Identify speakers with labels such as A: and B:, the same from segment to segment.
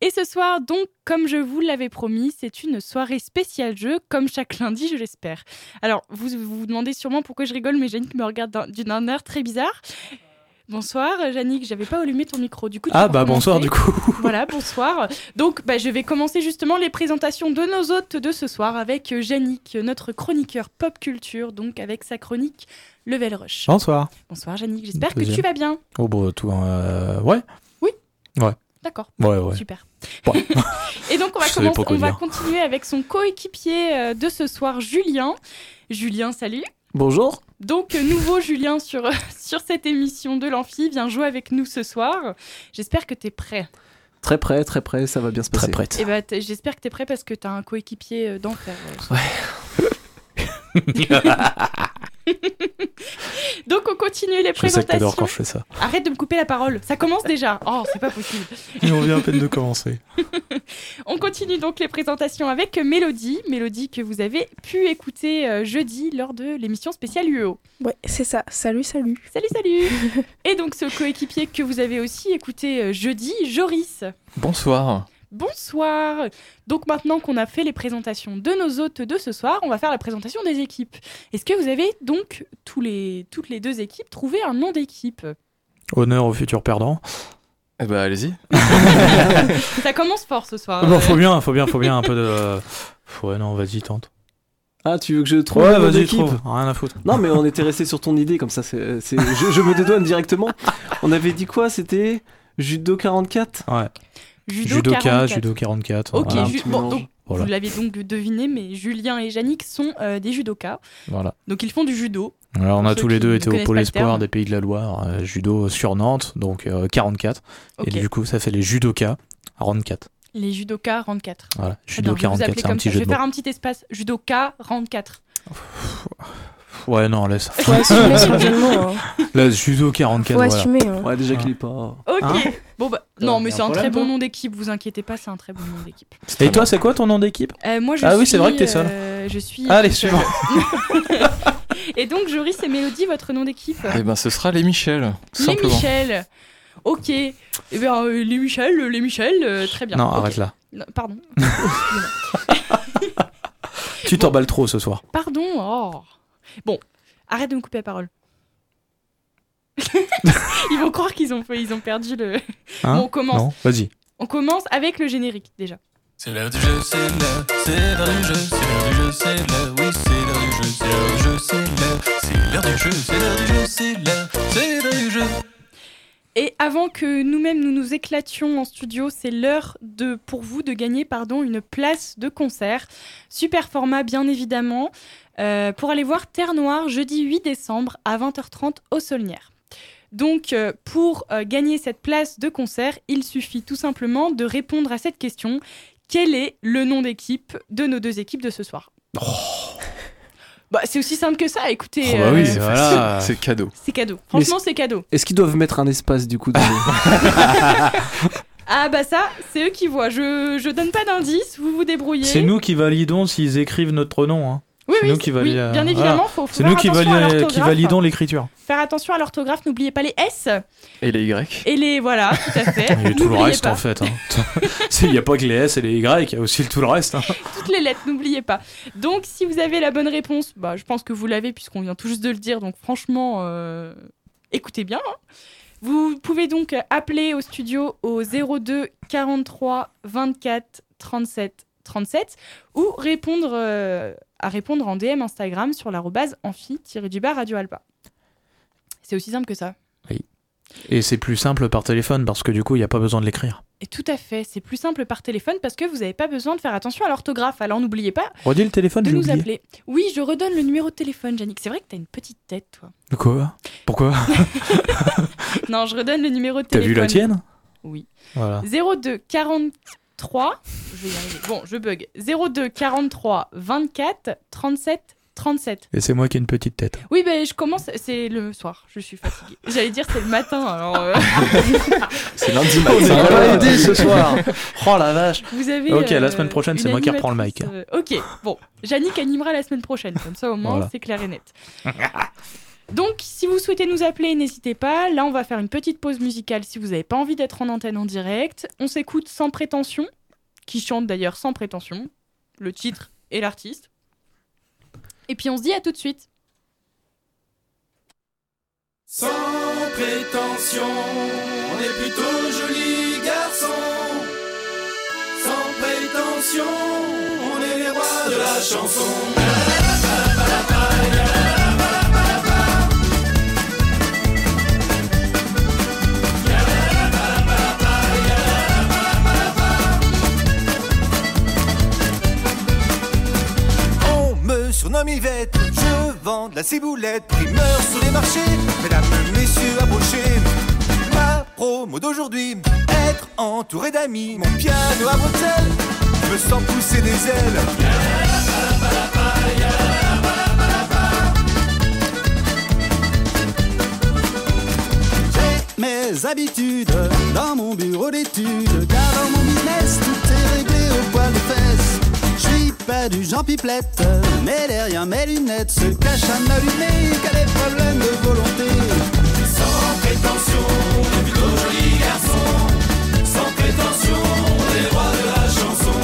A: Et ce soir, donc, comme je vous l'avais promis, c'est une soirée spéciale jeu, comme chaque lundi, je l'espère. Alors, vous vous vous demandez sûrement pourquoi je rigole, mais Yannick me regarde d'un- d'une d'un air très bizarre. Bonsoir, Yannick, j'avais pas allumé ton micro, du coup. tu
B: Ah
A: peux
B: bah bonsoir
A: recommencer.
B: du coup.
A: Voilà, bonsoir. Donc, bah, je vais commencer justement les présentations de nos hôtes de ce soir avec euh, Yannick, euh, notre chroniqueur pop culture, donc avec sa chronique Level Rush.
B: Bonsoir.
A: Bonsoir, Yannick, j'espère que
B: Plaisir.
A: tu vas bien.
B: Oh bah tout euh, ouais.
A: D'accord.
B: Ouais ouais.
A: Super.
B: Ouais.
A: Et donc on va,
B: Je savais
A: commencer-
B: pas quoi
A: on va
B: dire.
A: continuer avec son coéquipier euh, de ce soir, Julien. Julien, salut.
B: Bonjour.
A: Donc euh, nouveau Julien sur, euh, sur cette émission de l'Amphi, viens jouer avec nous ce soir. J'espère que t'es prêt.
C: Très près, très près, ça va bien se
B: Très
C: passer.
B: prête.
A: Et bah, t'es- j'espère que t'es prêt parce que t'as un coéquipier euh, d'enfer. euh. Donc on continue les
B: Je sais que
A: présentations.
B: t'adores quand je fais ça.
A: Arrête de me couper la parole, ça commence déjà. Oh, c'est pas possible.
B: Et on vient à peine de commencer.
A: On continue donc les présentations avec Mélodie, Mélodie que vous avez pu écouter euh, jeudi lors de l'émission spéciale UO.
D: Ouais, c'est ça. Salut, salut.
A: Salut, salut Et donc ce coéquipier que vous avez aussi écouté euh, jeudi, Joris.
E: Bonsoir.
A: Bonsoir Donc maintenant qu'on a fait les présentations de nos hôtes de ce soir, on va faire la présentation des équipes. Est-ce que vous avez donc tous les, toutes les deux équipes trouvé un nom d'équipe
B: Honneur au futur perdant.
E: Eh bah allez-y.
A: Ça commence fort ce soir.
B: Ah, Bon
A: euh.
B: faut bien, faut bien, faut bien un peu de. euh, Ouais non vas-y tente.
C: Ah, tu veux que je trouve
B: ouais
C: le nom
B: vas-y
C: d'équipe
B: trouve. Rien à foutre.
C: Non, mais on était resté sur ton idée, comme ça, c'est, c'est- je, je me dédouane directement. On avait dit quoi C'était Judo 44
B: Ouais.
A: Judo,
B: Judoka,
A: 44.
B: judo 44.
A: Ok,
B: voilà.
C: un
A: ju-
C: petit
A: bon,
C: mélange.
A: donc,
B: Voilà.
A: vous l'avez donc deviné, mais Julien et Yannick sont euh, des judokas.
E: Voilà.
A: Donc ils font du judo.
B: Alors on a
A: Ceux
B: tous les
A: qui
B: deux été
A: connaissent
B: au
A: pas
B: pôle
A: le
B: espoir
A: terme.
B: des Pays de la Loire, euh, judo sur Nantes, donc euh, 44.
A: Ok.
B: Et du coup ça fait les judokas 44.
A: Les judokas 44.
B: Voilà.
A: Attends, je vais
B: Judo
A: vous
B: 44,
A: appeler
B: c'est un
A: comme
B: petit
A: ça.
B: jeu
A: Je
B: de
A: vais
B: mots.
A: faire un petit espace. Judoka 44.
B: Ouais non laisse.
D: Faut assumer sur le jeu de mots, hein.
B: Laisse judo
D: Faut
B: 44. voilà.
D: assumer. hein.
C: Ouais, déjà
B: Ah.
C: qu'il est pas.
A: Ok.
B: Hein
A: bon bah non, mais
C: y a
A: c'est
C: un
A: un très
C: problème,
A: bon
C: toi
A: nom d'équipe. Vous inquiétez pas, c'est un très bon nom d'équipe.
B: Et toi c'est quoi ton nom d'équipe
A: Euh, moi je
B: Ah
A: suis,
B: oui, c'est vrai que t'es seule. Ah,
A: euh, je suis.
B: Allez
A: seule.
B: suivant.
A: Et donc Joris et Mélodie, votre nom d'équipe
E: Eh ben ce sera les Michel, tout
A: Les
E: simplement.
A: Michel. Ok. Eh bien, euh, les Michel, euh, les Michel, euh, très bien.
B: Non
A: Ok.
B: arrête là.
A: Non, pardon.
B: Tu t'emballes trop ce soir.
A: Pardon, oh. Bon, arrête de me couper la parole. ils vont croire qu'ils ont, ils ont perdu le.
B: Hein
A: bon, on commence.
B: Non, vas-y.
A: On commence avec le générique déjà.
F: C'est l'heure du jeu, c'est l'heure, c'est l'heure du jeu, c'est l'heure du jeu, c'est l'heure, oui, c'est l'heure du jeu, c'est l'heure du jeu, c'est l'heure, c'est l'heure du jeu, c'est l'heure du jeu, c'est l'heure, c'est l'heure du jeu.
A: Et avant que nous-mêmes nous nous éclations en studio, c'est l'heure de pour vous de gagner pardon une place de concert. Super format bien évidemment euh, pour aller voir Terre Noire jeudi 8 décembre à 20h30 au Saulnières. Donc euh, pour euh, gagner cette place de concert, il suffit tout simplement de répondre à cette question. Quel est le nom d'équipe de nos deux équipes de ce soir Bah, c'est aussi simple que ça, écoutez,
B: Oh bah oui,
A: euh,
B: c'est voilà.
E: C'est cadeau.
A: c'est cadeau. Franchement, c'est cadeau.
C: Est-ce qu'ils doivent mettre un espace du coup dans le-
A: Ah bah ça, c'est eux qui voient. Je, je donne pas d'indice, vous vous débrouillez.
B: C'est nous qui validons s'ils écrivent notre nom. hein.
A: oui,
B: c'est
A: oui,
B: nous qui
A: c'est-
B: valide-
A: oui, bien
B: voilà.
A: évidemment, faut, faut
B: C'est
A: faire
B: nous qui,
A: attention à
B: vali-
A: l'orthographe.
B: qui validons l'écriture.
A: Faire attention à l'orthographe, n'oubliez pas les S
E: Et les Y.
A: et les voilà, tout à fait.
B: Il y a tout le
A: N'oubliez
B: reste
A: pas.
B: en fait. hein. Il n'y a pas que les S et les Y, il y a aussi tout le reste. hein.
A: toutes les lettres, n'oubliez pas. Donc, si vous avez la bonne réponse, bah, je pense que vous l'avez puisqu'on vient tout juste de le dire. Donc, franchement, euh, écoutez bien. hein. Vous pouvez donc appeler au studio au 02 43 24 37 37 ou répondre euh, à répondre en DM Instagram sur l'arrobase amphi-du-bas Radio Alpa. C'est aussi simple que ça.
B: Et c'est plus simple par téléphone parce que du coup il n'y a pas besoin de l'écrire.
A: Et tout à fait, c'est plus simple par téléphone parce que vous n'avez pas besoin de faire attention à l'orthographe. Alors n'oubliez pas
B: Redis le téléphone,
A: de
B: j'ai
A: nous
B: oublié.
A: appeler. Oui, je redonne le numéro de téléphone, Yannick. C'est vrai que t'as une petite tête, toi.
B: De Quoi Pourquoi
A: non, je redonne le numéro de
B: T'as
A: téléphone.
B: vu la tienne
A: Oui.
B: Voilà.
A: 02 40 3, je vais y arriver. Bon, je bug. 02 43 24 37 37.
B: Et c'est moi qui ai une petite tête.
A: Oui, ben je commence, c'est le soir, je suis fatiguée. J'allais dire c'est le matin, alors euh,
E: C'est lundi
B: Bah, On
E: matin.
B: est pas aidé ce soir. Oh la vache.
A: vous avez.
B: Ok, la
A: euh,
B: semaine prochaine, c'est
A: une
B: moi qui reprends le mic.
A: animatrice, euh, ok, bon, Yannick animera la semaine prochaine, comme ça au moins
B: Voilà.
A: c'est clair et net. Donc, si vous souhaitez nous appeler, n'hésitez pas. Là, on va faire une petite pause musicale si vous n'avez pas envie d'être en antenne en direct. On s'écoute sans prétention, qui chante d'ailleurs sans prétention, le titre et l'artiste. Et puis on se dit à tout de suite.
F: Sans prétention, on est plutôt joli garçon. Sans prétention, on est les rois de la chanson.
G: On me surnomme Yvette, je vends de la ciboulette, primeur sur les marchés, mesdames, messieurs, approchez. Ma promo d'aujourd'hui, être entouré d'amis, mon piano à bretelles, je me sens pousser des ailes. J'ai mes habitudes dans mon bureau d'études, car dans mon business, tout est réglé au poil de fesses. Je suis pas du Jean Pipelette, mais derrière mes lunettes se cache un allumé qui a des problèmes de volonté.
F: Sans prétention, on est plutôt joli garçon. Sans prétention, on est les rois de la chanson.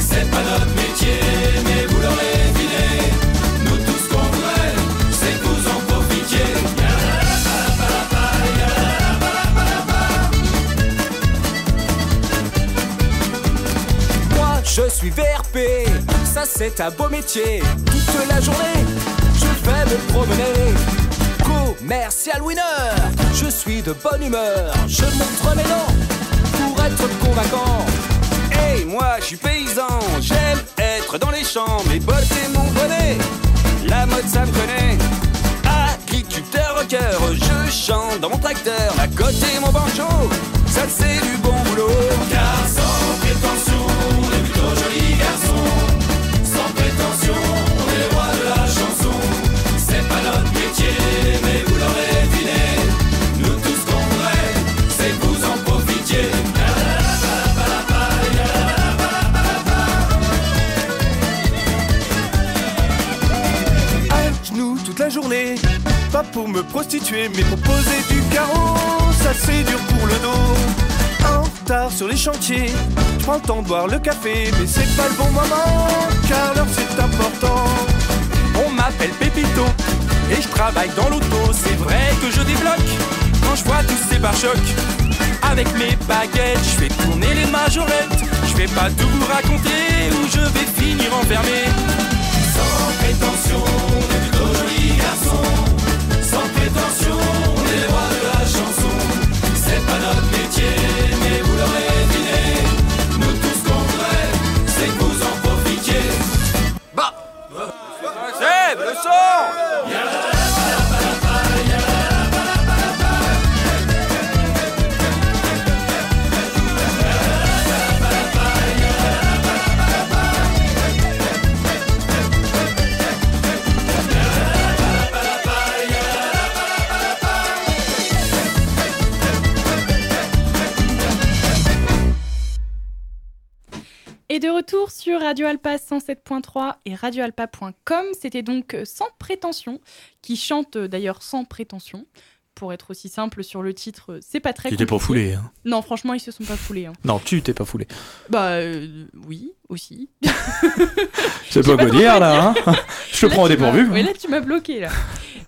F: C'est pas notre métier, mais vous l'aurez deviné. Nous tous ce qu'on voudrait, c'est que vous en profitiez.
G: Moi, je suis VRP, ça c'est un beau métier. Toute la journée, je vais me promener. Commercial winner, je suis de bonne humeur. Je montre mes dents pour être convaincant. Hey, moi, je suis paysan, j'aime être dans les champs. Mes bottes et mon bonnet, la mode ça me connaît. Agriculteur rocker, je chante dans mon tracteur. À côté, mon banjo, ça c'est du bon boulot.
F: Car sans prétention, on est plutôt joli garçon. Sans prétention, on est les rois de la chanson. C'est pas notre métier, mais vous l'aurez deviné. Nous tous ce qu'on voudrait, c'est que vous en profitiez.
G: à genoux toute la journée. Pas pour me prostituer, mais pour poser du carreau. Ça c'est dur pour le dos. En retard sur les chantiers, je prends le temps de boire le café, mais c'est pas le bon moment, car l'heure c'est important. On m'appelle Pépito, et je travaille dans l'auto. C'est vrai que je débloque quand je vois tous ces pare-chocs. Avec mes baguettes, je fais tourner les majorettes. Je vais pas tout vous raconter où je vais finir enfermé.
F: Sans prétention, on est plutôt joli garçon. Sans prétention, on est les rois de la chanson. C'est pas notre métier, mais vous l'aurez deviné. Nous tous ce qu'on voudrait, c'est que vous en profitiez. Bah.
G: Eh, le son
A: Et de retour sur Radio Alpa 107.3 et radioalpa.com, c'était donc euh, Sans prétention, qui chante euh, d'ailleurs Sans prétention. Pour être aussi simple sur le titre, euh, c'est pas très
B: Tu t'es pas
A: compliqué.
B: foulé. hein.
A: Non, franchement, ils se sont pas foulés. hein.
B: Non, tu t'es pas foulé.
A: Bah euh, oui, aussi.
B: Je sais pas quoi dire là. hein. Je te prends au
A: tu m'as-
B: dépourvu.
A: ouais, là, tu m'as bloqué. Là.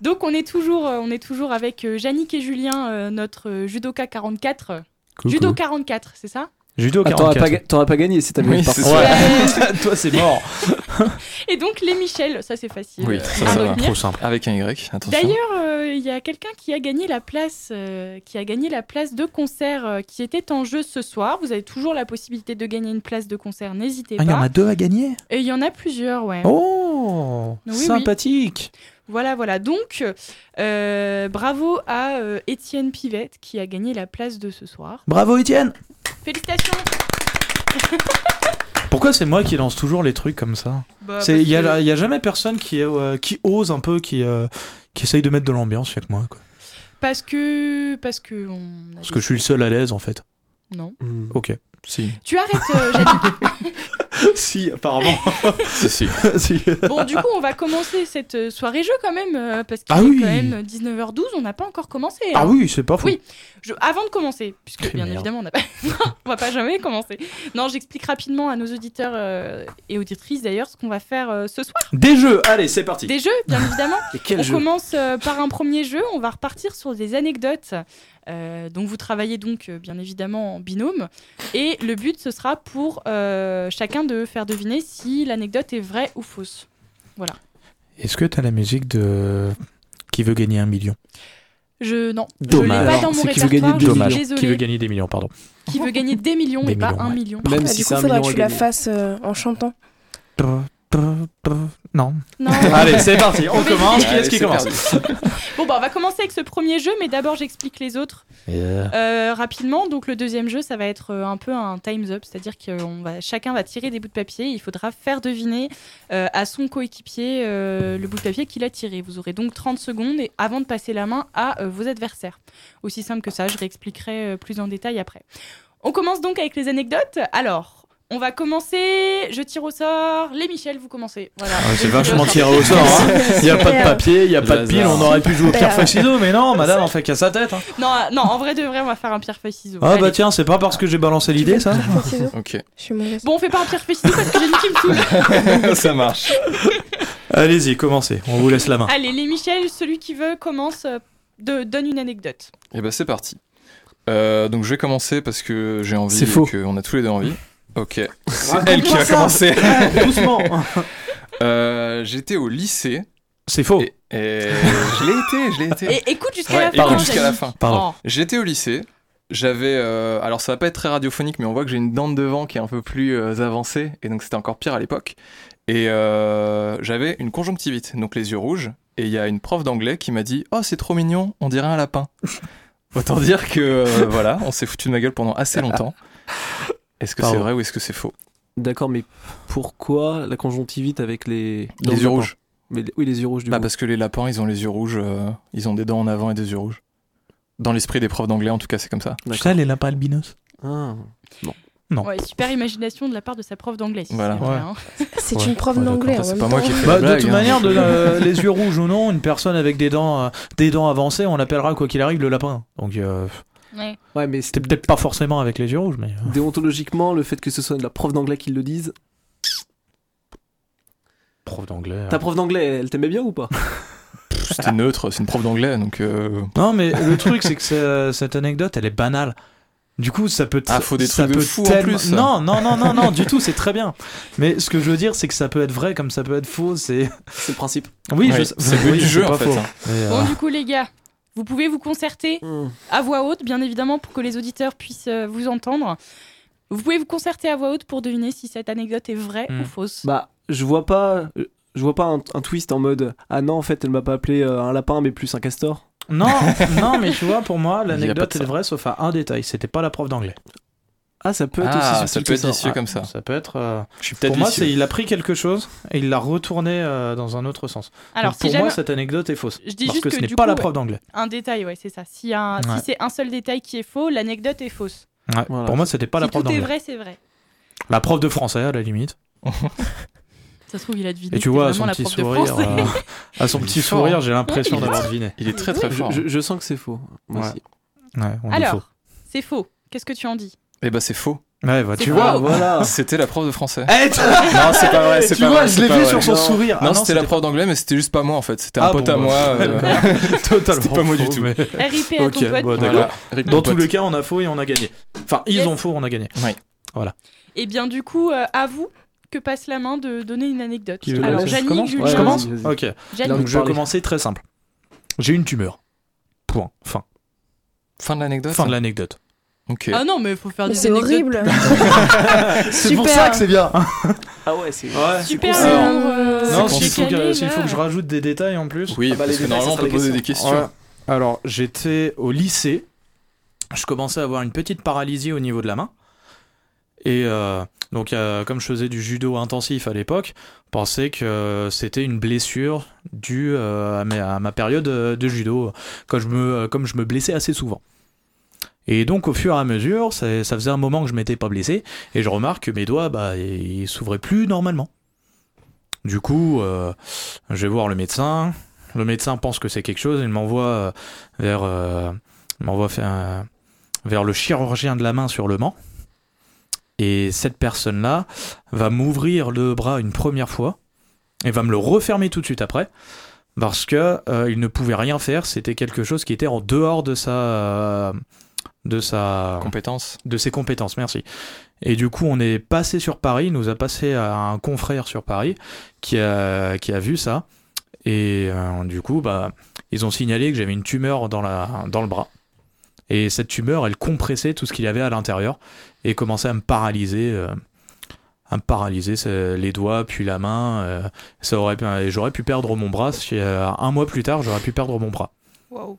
A: Donc, on est toujours, euh, on est toujours avec euh, Yannick et Julien, euh, notre euh, judoka 44. euh,
B: Coucou.
A: Judo 44, c'est ça
B: Judo
C: Ah, t'auras
B: 44.
C: pas, ga- t'auras pas gagné cette année.
E: Oui,
C: par
E: c'est
C: contre.
E: ça.
B: Toi, c'est mort.
A: Et donc, les Michel, ça c'est facile.
E: Oui,
A: euh,
E: ça,
A: à
E: ça va.
A: retenir.
B: Trop simple.
E: Avec un Y, attention.
A: D'ailleurs, euh, il y a quelqu'un qui a gagné la place, euh, qui a gagné la place de concert euh, qui était en jeu ce soir. Vous avez toujours la possibilité de gagner une place de concert, n'hésitez
B: Ah, il y en
A: pas.
B: a deux à gagner.
A: Et il y en a plusieurs, ouais.
B: Oh,
A: Oui, oui.
B: sympathique.
A: Voilà, voilà. Donc, euh, bravo à euh, Étienne Pivette qui a gagné la place de ce soir.
B: Bravo, Étienne.
A: Félicitations.
B: Pourquoi c'est moi qui lance toujours les trucs comme ça
A: Bah,
B: C'est-
A: parce
B: Il y, a
A: que-
B: la- il y a jamais personne qui, euh, qui ose un peu, qui, euh, qui essaye de mettre de l'ambiance avec moi. Quoi.
A: Parce que. Parce que. On a
B: Parce
A: des-
B: que je suis le seul à l'aise en fait.
A: Non.
C: Hmm.
B: Ok.
E: Si,
A: Tu arrêtes, euh, Jade.
B: si, apparemment.
E: si, si.
B: Si.
A: Bon, du coup, on va commencer cette euh, soirée jeu quand même, euh, parce qu'il
B: Ah
A: est
B: oui.
A: quand même 19h12, on n'a pas encore commencé.
B: Ah
A: hein.
B: oui, c'est pas fou.
A: Oui. Je- avant de commencer, puisque
B: Quelle
A: bien
B: merde.
A: évidemment on n'a pas, on va pas jamais commencer. Non, j'explique rapidement à nos auditeurs euh, et auditrices d'ailleurs ce qu'on va faire euh, ce soir.
B: Des jeux, allez, c'est parti.
A: Des jeux, bien évidemment.
C: Et quel
A: on
C: jeu
A: commence euh, par un premier jeu. On va repartir sur des anecdotes. Euh, donc vous travaillez donc euh, bien évidemment en binôme. Et le but ce sera pour euh, chacun de faire deviner si l'anecdote est vraie ou fausse.
B: Est-ce que t'as la musique de qui veut gagner un million
A: Je non.
C: Dommage.
A: Je l'ai pas dans mon
C: C'est qui veut gagner
A: répertoire.
C: des
A: Je
C: millions.
A: suis
B: Qui veut
A: désolée.
B: gagner des millions, pardon.
A: Qui veut gagner des millions
B: Des
A: et pas
B: millions,
A: un
B: ouais.
A: million.
C: Même
D: Bah,
C: si
D: du
C: c'est
D: coup,
C: un
D: faudra
C: million
D: que
C: à
D: tu la
C: gagner.
D: fasses euh, en chantant.
B: Non.
A: Non.
B: Allez, c'est parti, on
A: Mauvais
B: commence.
A: idée.
B: Qui est-ce qui
E: Allez,
B: commence
E: c'est
A: Bon, bah, on va commencer avec ce premier jeu, mais d'abord j'explique les autres euh, rapidement. Donc le deuxième jeu, ça va être euh, un peu un time's up, c'est-à-dire que va, chacun va tirer des bouts de papier. et il faudra faire deviner euh, à son coéquipier euh, le bout de papier qu'il a tiré. Vous aurez donc 30 secondes et- avant de passer la main à euh, vos adversaires. Aussi simple que ça, je réexpliquerai euh, plus en détail après. On commence donc avec les anecdotes. Alors, on va commencer. Je tire au sort. Les Michel, vous commencez. Voilà.
B: Ah, C'est
A: Je
B: vachement
A: tire au sort.
B: tiré au sort. hein. Il n'y a pas de papier, il n'y a pas de pile, on aurait pu jouer au
D: Super.
B: pierre feuille ciseaux, mais non, madame, on fait qu'à sa tête. hein.
A: Non, ah, non, en vrai de vrai, on va faire un pierre feuille ciseaux.
B: Ah bah
A: Allez.
B: tiens, c'est pas parce que j'ai balancé l'idée ça
D: Pierre, ciseaux.
E: Ok,
D: Je suis mauvaise.
A: Bon, on fait pas un pierre feuille ciseaux parce que j'ai dit qu'il me saoule.
E: ça marche.
B: Allez-y, commencez, on vous laisse la main.
A: Allez, les Michel, celui qui veut commence, euh, de, donne une anecdote.
E: Et bah c'est parti. Euh, donc je vais commencer parce que j'ai envie
B: C'est faux.
E: et qu'on a tous les deux envie. Ok, c'est
B: Raconte-moi
E: elle qui a
B: ça.
E: commencé.
B: Doucement
E: Euh, J'étais au lycée
B: C'est faux.
C: Oh.
E: et, et je l'ai été, je l'ai été.
A: Et écoute jusqu'à
E: Ouais,
A: la fin.
E: pardon,
A: hein,
E: jusqu'à la
A: Jamy.
E: fin.
B: Pardon.
A: Oh.
E: J'étais au lycée. J'avais. euh, alors, ça va pas être très radiophonique, mais on voit que j'ai une dent de devant qui est un peu plus euh, avancée, et donc c'était encore pire à l'époque. Et euh, j'avais une conjonctivite, donc les yeux rouges. Et il y a une prof d'anglais qui m'a dit Oh, c'est trop mignon, on dirait un lapin. Autant dire que, euh, voilà, on s'est foutu de ma gueule pendant assez longtemps. Est-ce que c'est
B: Pardon.
E: vrai ou est-ce que c'est faux
C: D'accord, mais pourquoi la conjonctivite avec les. dans
E: Les
C: le
E: yeux
C: lapin
E: rouges.
C: Mais, Oui, les yeux rouges du
E: Bah,
C: coup.
E: parce que les lapins, ils ont les yeux rouges, euh, ils ont des dents en avant et des yeux rouges. Dans l'esprit des profs d'anglais, en tout cas, c'est comme ça.
C: D'accord.
B: Putain, les lapins albinos.
C: Ah.
B: Non.
A: Ouais, super imagination de la part de sa prof d'anglais. si
E: Voilà.
A: c'est vrai,
B: Ouais.
A: hein.
D: C'est
B: Ouais.
D: une preuve
E: Ouais,
D: d'anglais.
E: d'accord,
D: en
E: c'est
D: même
E: pas moi
D: temps.
E: qui ai fait
B: Bah, de
E: blague,
B: toute
E: hein.
B: manière, de, euh, les yeux rouges ou non, une personne avec des dents, euh, des dents avancées, on l'appellera quoi qu'il arrive le lapin. Donc euh,
A: Ouais.
C: Ouais, mais
B: c'était peut-être pas forcément avec les yeux rouges, mais. euh,
C: déontologiquement, le fait que ce soit de la prof d'anglais qui le dise.
B: prof d'anglais.
E: Ah
B: euh.
C: Ta prof d'anglais, hein. elle t'aimait bien ou pas
E: C'était neutre, c'est une prof d'anglais, donc. euh,
B: Non, mais le truc, c'est que c'est- cette anecdote, elle est banale. Du coup, ça peut.
E: Ah, faut des
B: ça
E: trucs de
B: peut
E: fou en plus.
B: Non, non, non, non, non, du tout, c'est très bien. Mais ce que je veux dire, c'est que ça peut être vrai comme ça peut être faux. C'est.
C: C'est le principe.
B: Oui,
E: Ouais,
B: je-
E: c'est le but
B: oui,
E: du jeu,
B: pas
E: en fait,
B: faux.
E: hein.
B: Mais, euh,
A: Bon, du coup, les gars, vous pouvez vous concerter
C: Hmm.
A: à voix haute, bien évidemment, pour que les auditeurs puissent euh, vous entendre. Vous pouvez vous concerter à voix haute pour deviner si cette anecdote est vraie
B: Hmm.
A: ou fausse.
C: Bah, je vois pas. Je vois pas un, un twist en mode Ah non, en fait, elle m'a pas appelé euh, un lapin, mais plus un castor.
B: Non, non, mais tu vois, pour moi,
E: y a
B: l'anecdote
E: pas de
B: elle est
E: ça.
B: vraie, sauf à un détail. C'était pas la prof d'anglais.
C: Ah, ça peut être
E: Ah,
C: aussi
E: ça
C: subtil
E: peut
C: que
E: être issu
B: Ah,
E: comme ça.
B: Ça peut être. euh,
E: Je suis peut-être
B: Pour moi,
E: vicieux.
B: c'est il a pris quelque chose et il l'a retourné euh, dans un autre sens.
A: Alors,
B: Donc,
A: si
B: pour
A: jamais
B: moi, cette anecdote est fausse.
A: Je dis
B: parce
A: juste
B: que
A: que
B: ce n'est
A: du
B: pas
A: coup,
B: la prof d'anglais.
A: un détail, ouais, c'est ça. Si, un-
B: Ouais.
A: si c'est un seul détail qui est faux, l'anecdote est fausse.
B: Ouais,
C: Voilà.
B: Pour moi, c'était pas Oh, la
A: si
B: prof
A: tout est
B: d'anglais.
A: vrai, c'est vrai.
B: La prof de français, à la limite.
A: Ça se trouve, il a deviné.
B: Et tu
A: que
B: vois, à
A: c'était
B: son
A: vraiment
B: petit
A: la prof de
B: sourire,
A: français.
B: euh, à son petit
A: hein.
B: sourire, j'ai l'impression d'avoir deviné.
E: Il est très très
C: Je,
E: fort.
C: je- je sens que c'est faux. Moi
B: Ouais.
C: aussi.
B: Ouais, on est faux.
A: Alors, c'est faux. Qu'est-ce que tu en dis
E: Eh bah c'est faux.
B: Ouais, bah,
A: c'est
B: tu
A: faux.
B: vois.
C: Ah, voilà.
E: C'était la prof de français.
B: Eh, tu-
E: non, c'est pas vrai, c'est
B: tu
E: pas
B: vois,
E: vrai,
B: je
E: c'est
B: l'ai
E: pas
B: vu
E: vrai.
B: sur son
C: Non.
B: sourire.
E: Non,
B: Ah
E: c'était la prof d'anglais, mais c'était juste pas moi en fait. C'était un
B: Ah
E: pote
B: bon,
E: à
B: bah,
E: moi. euh,
B: d'accord. totalement.
E: C'était pas moi du
B: faux,
E: tout.
B: mais-
A: RIP à
B: Ok,
A: ton pote.
B: bon,
E: voilà.
B: d'accord.
E: Rick
B: Dans
E: Pote.
B: tous les cas, on a faux et on a gagné. Enfin, ils
A: Yes.
B: ont faux, on a gagné.
A: Et bien du coup, euh, à vous que passe la main de donner une anecdote.
B: Qui veut
A: Alors,
C: commencer
B: Je
A: Janine,
B: commence
A: Julien,
B: Je
C: Ouais,
B: commence
C: vas-y, vas-y.
B: Ok.
A: Janine.
C: Non,
B: Donc
C: vous
B: je vais
C: parlez.
B: commencer très simple. J'ai une tumeur. Point. Fin.
E: Fin de l'anecdote.
B: Fin de l'anecdote.
E: Ok.
A: Ah non, mais il faut faire
D: Mais
A: des
D: C'est
A: anecdotes.
D: horrible.
B: C'est
D: pour ça que
B: c'est bien.
C: Ah ouais, c'est.
A: Super.
D: C'est
A: alors,
D: con.
A: euh,
B: Non,
E: C'est
B: s'il faut, que,
A: décalé,
B: s'il faut
A: là.
B: que je rajoute des détails en plus.
E: Oui,
C: Ah bah,
E: parce
C: les
E: que
C: détails,
E: normalement on
C: ça
E: peut
C: sera
E: poser
C: les
E: des questions.
B: Ouais. Alors, j'étais au lycée. Je commençais à avoir une petite paralysie au niveau de la main. Et euh, donc, euh, comme je faisais du judo intensif à l'époque, je pensais que c'était une blessure due euh, à, mes- à ma période euh, de judo, quand je me, euh, comme je me blessais assez souvent. Et donc, au fur et à mesure, ça, ça faisait un moment que je m'étais pas blessé, et je remarque que mes doigts, bah, ils s'ouvraient plus normalement. Du coup, euh, je vais voir le médecin. Le médecin pense que c'est quelque chose, il m'envoie euh, vers, euh, il m'envoie faire un- vers le chirurgien de la main sur le Mans. Et cette personne-là va m'ouvrir le bras une première fois et va me le refermer tout de suite après parce que euh, il ne pouvait rien faire. C'était quelque chose qui était en dehors de sa euh, de sa
E: Compétence.
B: de ses compétences. Merci. Et du coup, on est passé sur Paris. Il nous a passé à un confrère sur Paris qui a qui a vu ça et euh, du coup, bah ils ont signalé que j'avais une tumeur dans la dans le bras. Et cette tumeur, elle compressait tout ce qu'il y avait à l'intérieur et commençait à me paralyser, euh, à me paralyser c'est- les doigts, puis la main. euh, ça aurait, pu- et j'aurais pu perdre mon bras. si, euh, un mois plus tard, j'aurais pu perdre mon bras.
A: Waouh.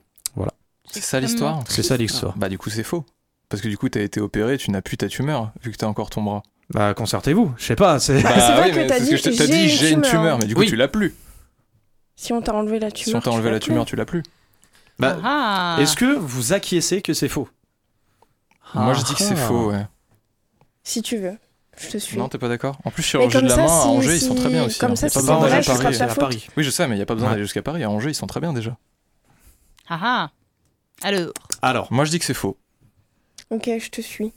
E: C'est ça l'histoire
B: C'est ça l'histoire.
E: Bah du coup c'est faux. Parce que du coup t'as été opéré, tu n'as plus ta tumeur, vu que t'as encore ton bras.
B: Bah concertez-vous. Je sais pas. C'est
D: Bah, c'est vrai que
E: mais
D: t'as
E: c'est ce
D: dit,
E: je t'ai- t'as
D: j'ai
E: dit
D: une
E: j'ai une
D: tumeur.
E: tumeur, mais du coup
B: Oui.
E: tu l'as plus.
D: Si on t'a enlevé la
E: Si on
D: tumeur.
E: t'a
D: tu
E: enlevé
D: l'as
E: la
D: plus.
E: tumeur, tu l'as plus.
B: Bah,
A: Ah.
B: Est-ce que vous acquiescez que c'est faux
E: Moi je dis que c'est
B: Ah.
E: faux, ouais.
D: Si tu veux. Je te suis.
E: Non, t'es pas d'accord En plus,
D: Mais
E: chirurgie
D: comme
E: de la
D: ça,
E: main, à
D: si-
E: Angers, ils
D: si-
E: sont très bien aussi.
D: comme
E: hein.
D: ça,
E: Y a pas
D: si
B: Bah,
E: besoin
B: on
D: c'est
E: d'aller
D: vrai,
B: va
E: à
D: je serai
E: Paris.
D: pas- ta faute.
B: Paris.
E: Oui, je sais, mais il n'y a pas besoin
B: Ouais.
E: d'aller jusqu'à Paris. À Angers, ils sont très bien déjà.
A: Ah ah. Alors.
B: Alors,
E: Moi, je dis que c'est faux.
D: Ok, je te suis.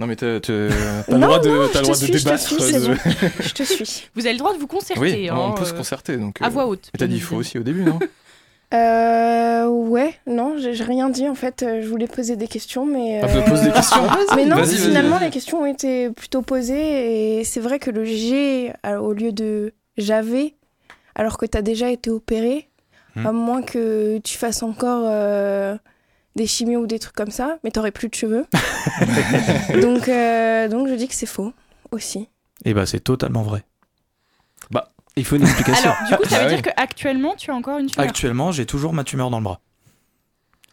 E: Non, mais t'as t'as- t'as
D: Non,
E: le droit de,
D: non,
E: t'as le
D: je te
E: droit de
D: suis, je te
E: débattre.
D: suis, c'est
E: de-
D: Je te suis.
A: Vous avez le droit de vous concerter.
E: Oui,
A: hein,
E: on peut se
A: euh,
E: concerter. Donc,
A: À
E: euh,
A: voix haute.
E: Mais t'as
A: bien
E: dit
A: évidemment.
E: faux aussi au début, non
D: Euh. Ouais, non, j'ai j'ai rien dit en fait. euh, Je voulais poser des questions, mais.
E: Ah,
D: euh,
E: bah, pose des questions.
D: Mais non,
E: Vas-y, vas-y,
D: finalement,
E: vas-y.
D: les questions ont été plutôt posées et c'est vrai que le G, alors, au lieu de j'avais, alors que tu as déjà été opéré,
B: Hmm.
D: à moins que tu fasses encore euh, des chimios ou des trucs comme ça, mais t'aurais plus de cheveux. donc, euh, donc je dis que c'est faux aussi.
B: eh ben c'est totalement vrai.
C: Il faut une explication.
A: Alors, du coup, ça
E: Bah
A: veut dire
E: oui.
A: qu'actuellement, tu as encore une tumeur.
B: Ah. Actuellement, j'ai toujours ma tumeur dans le bras.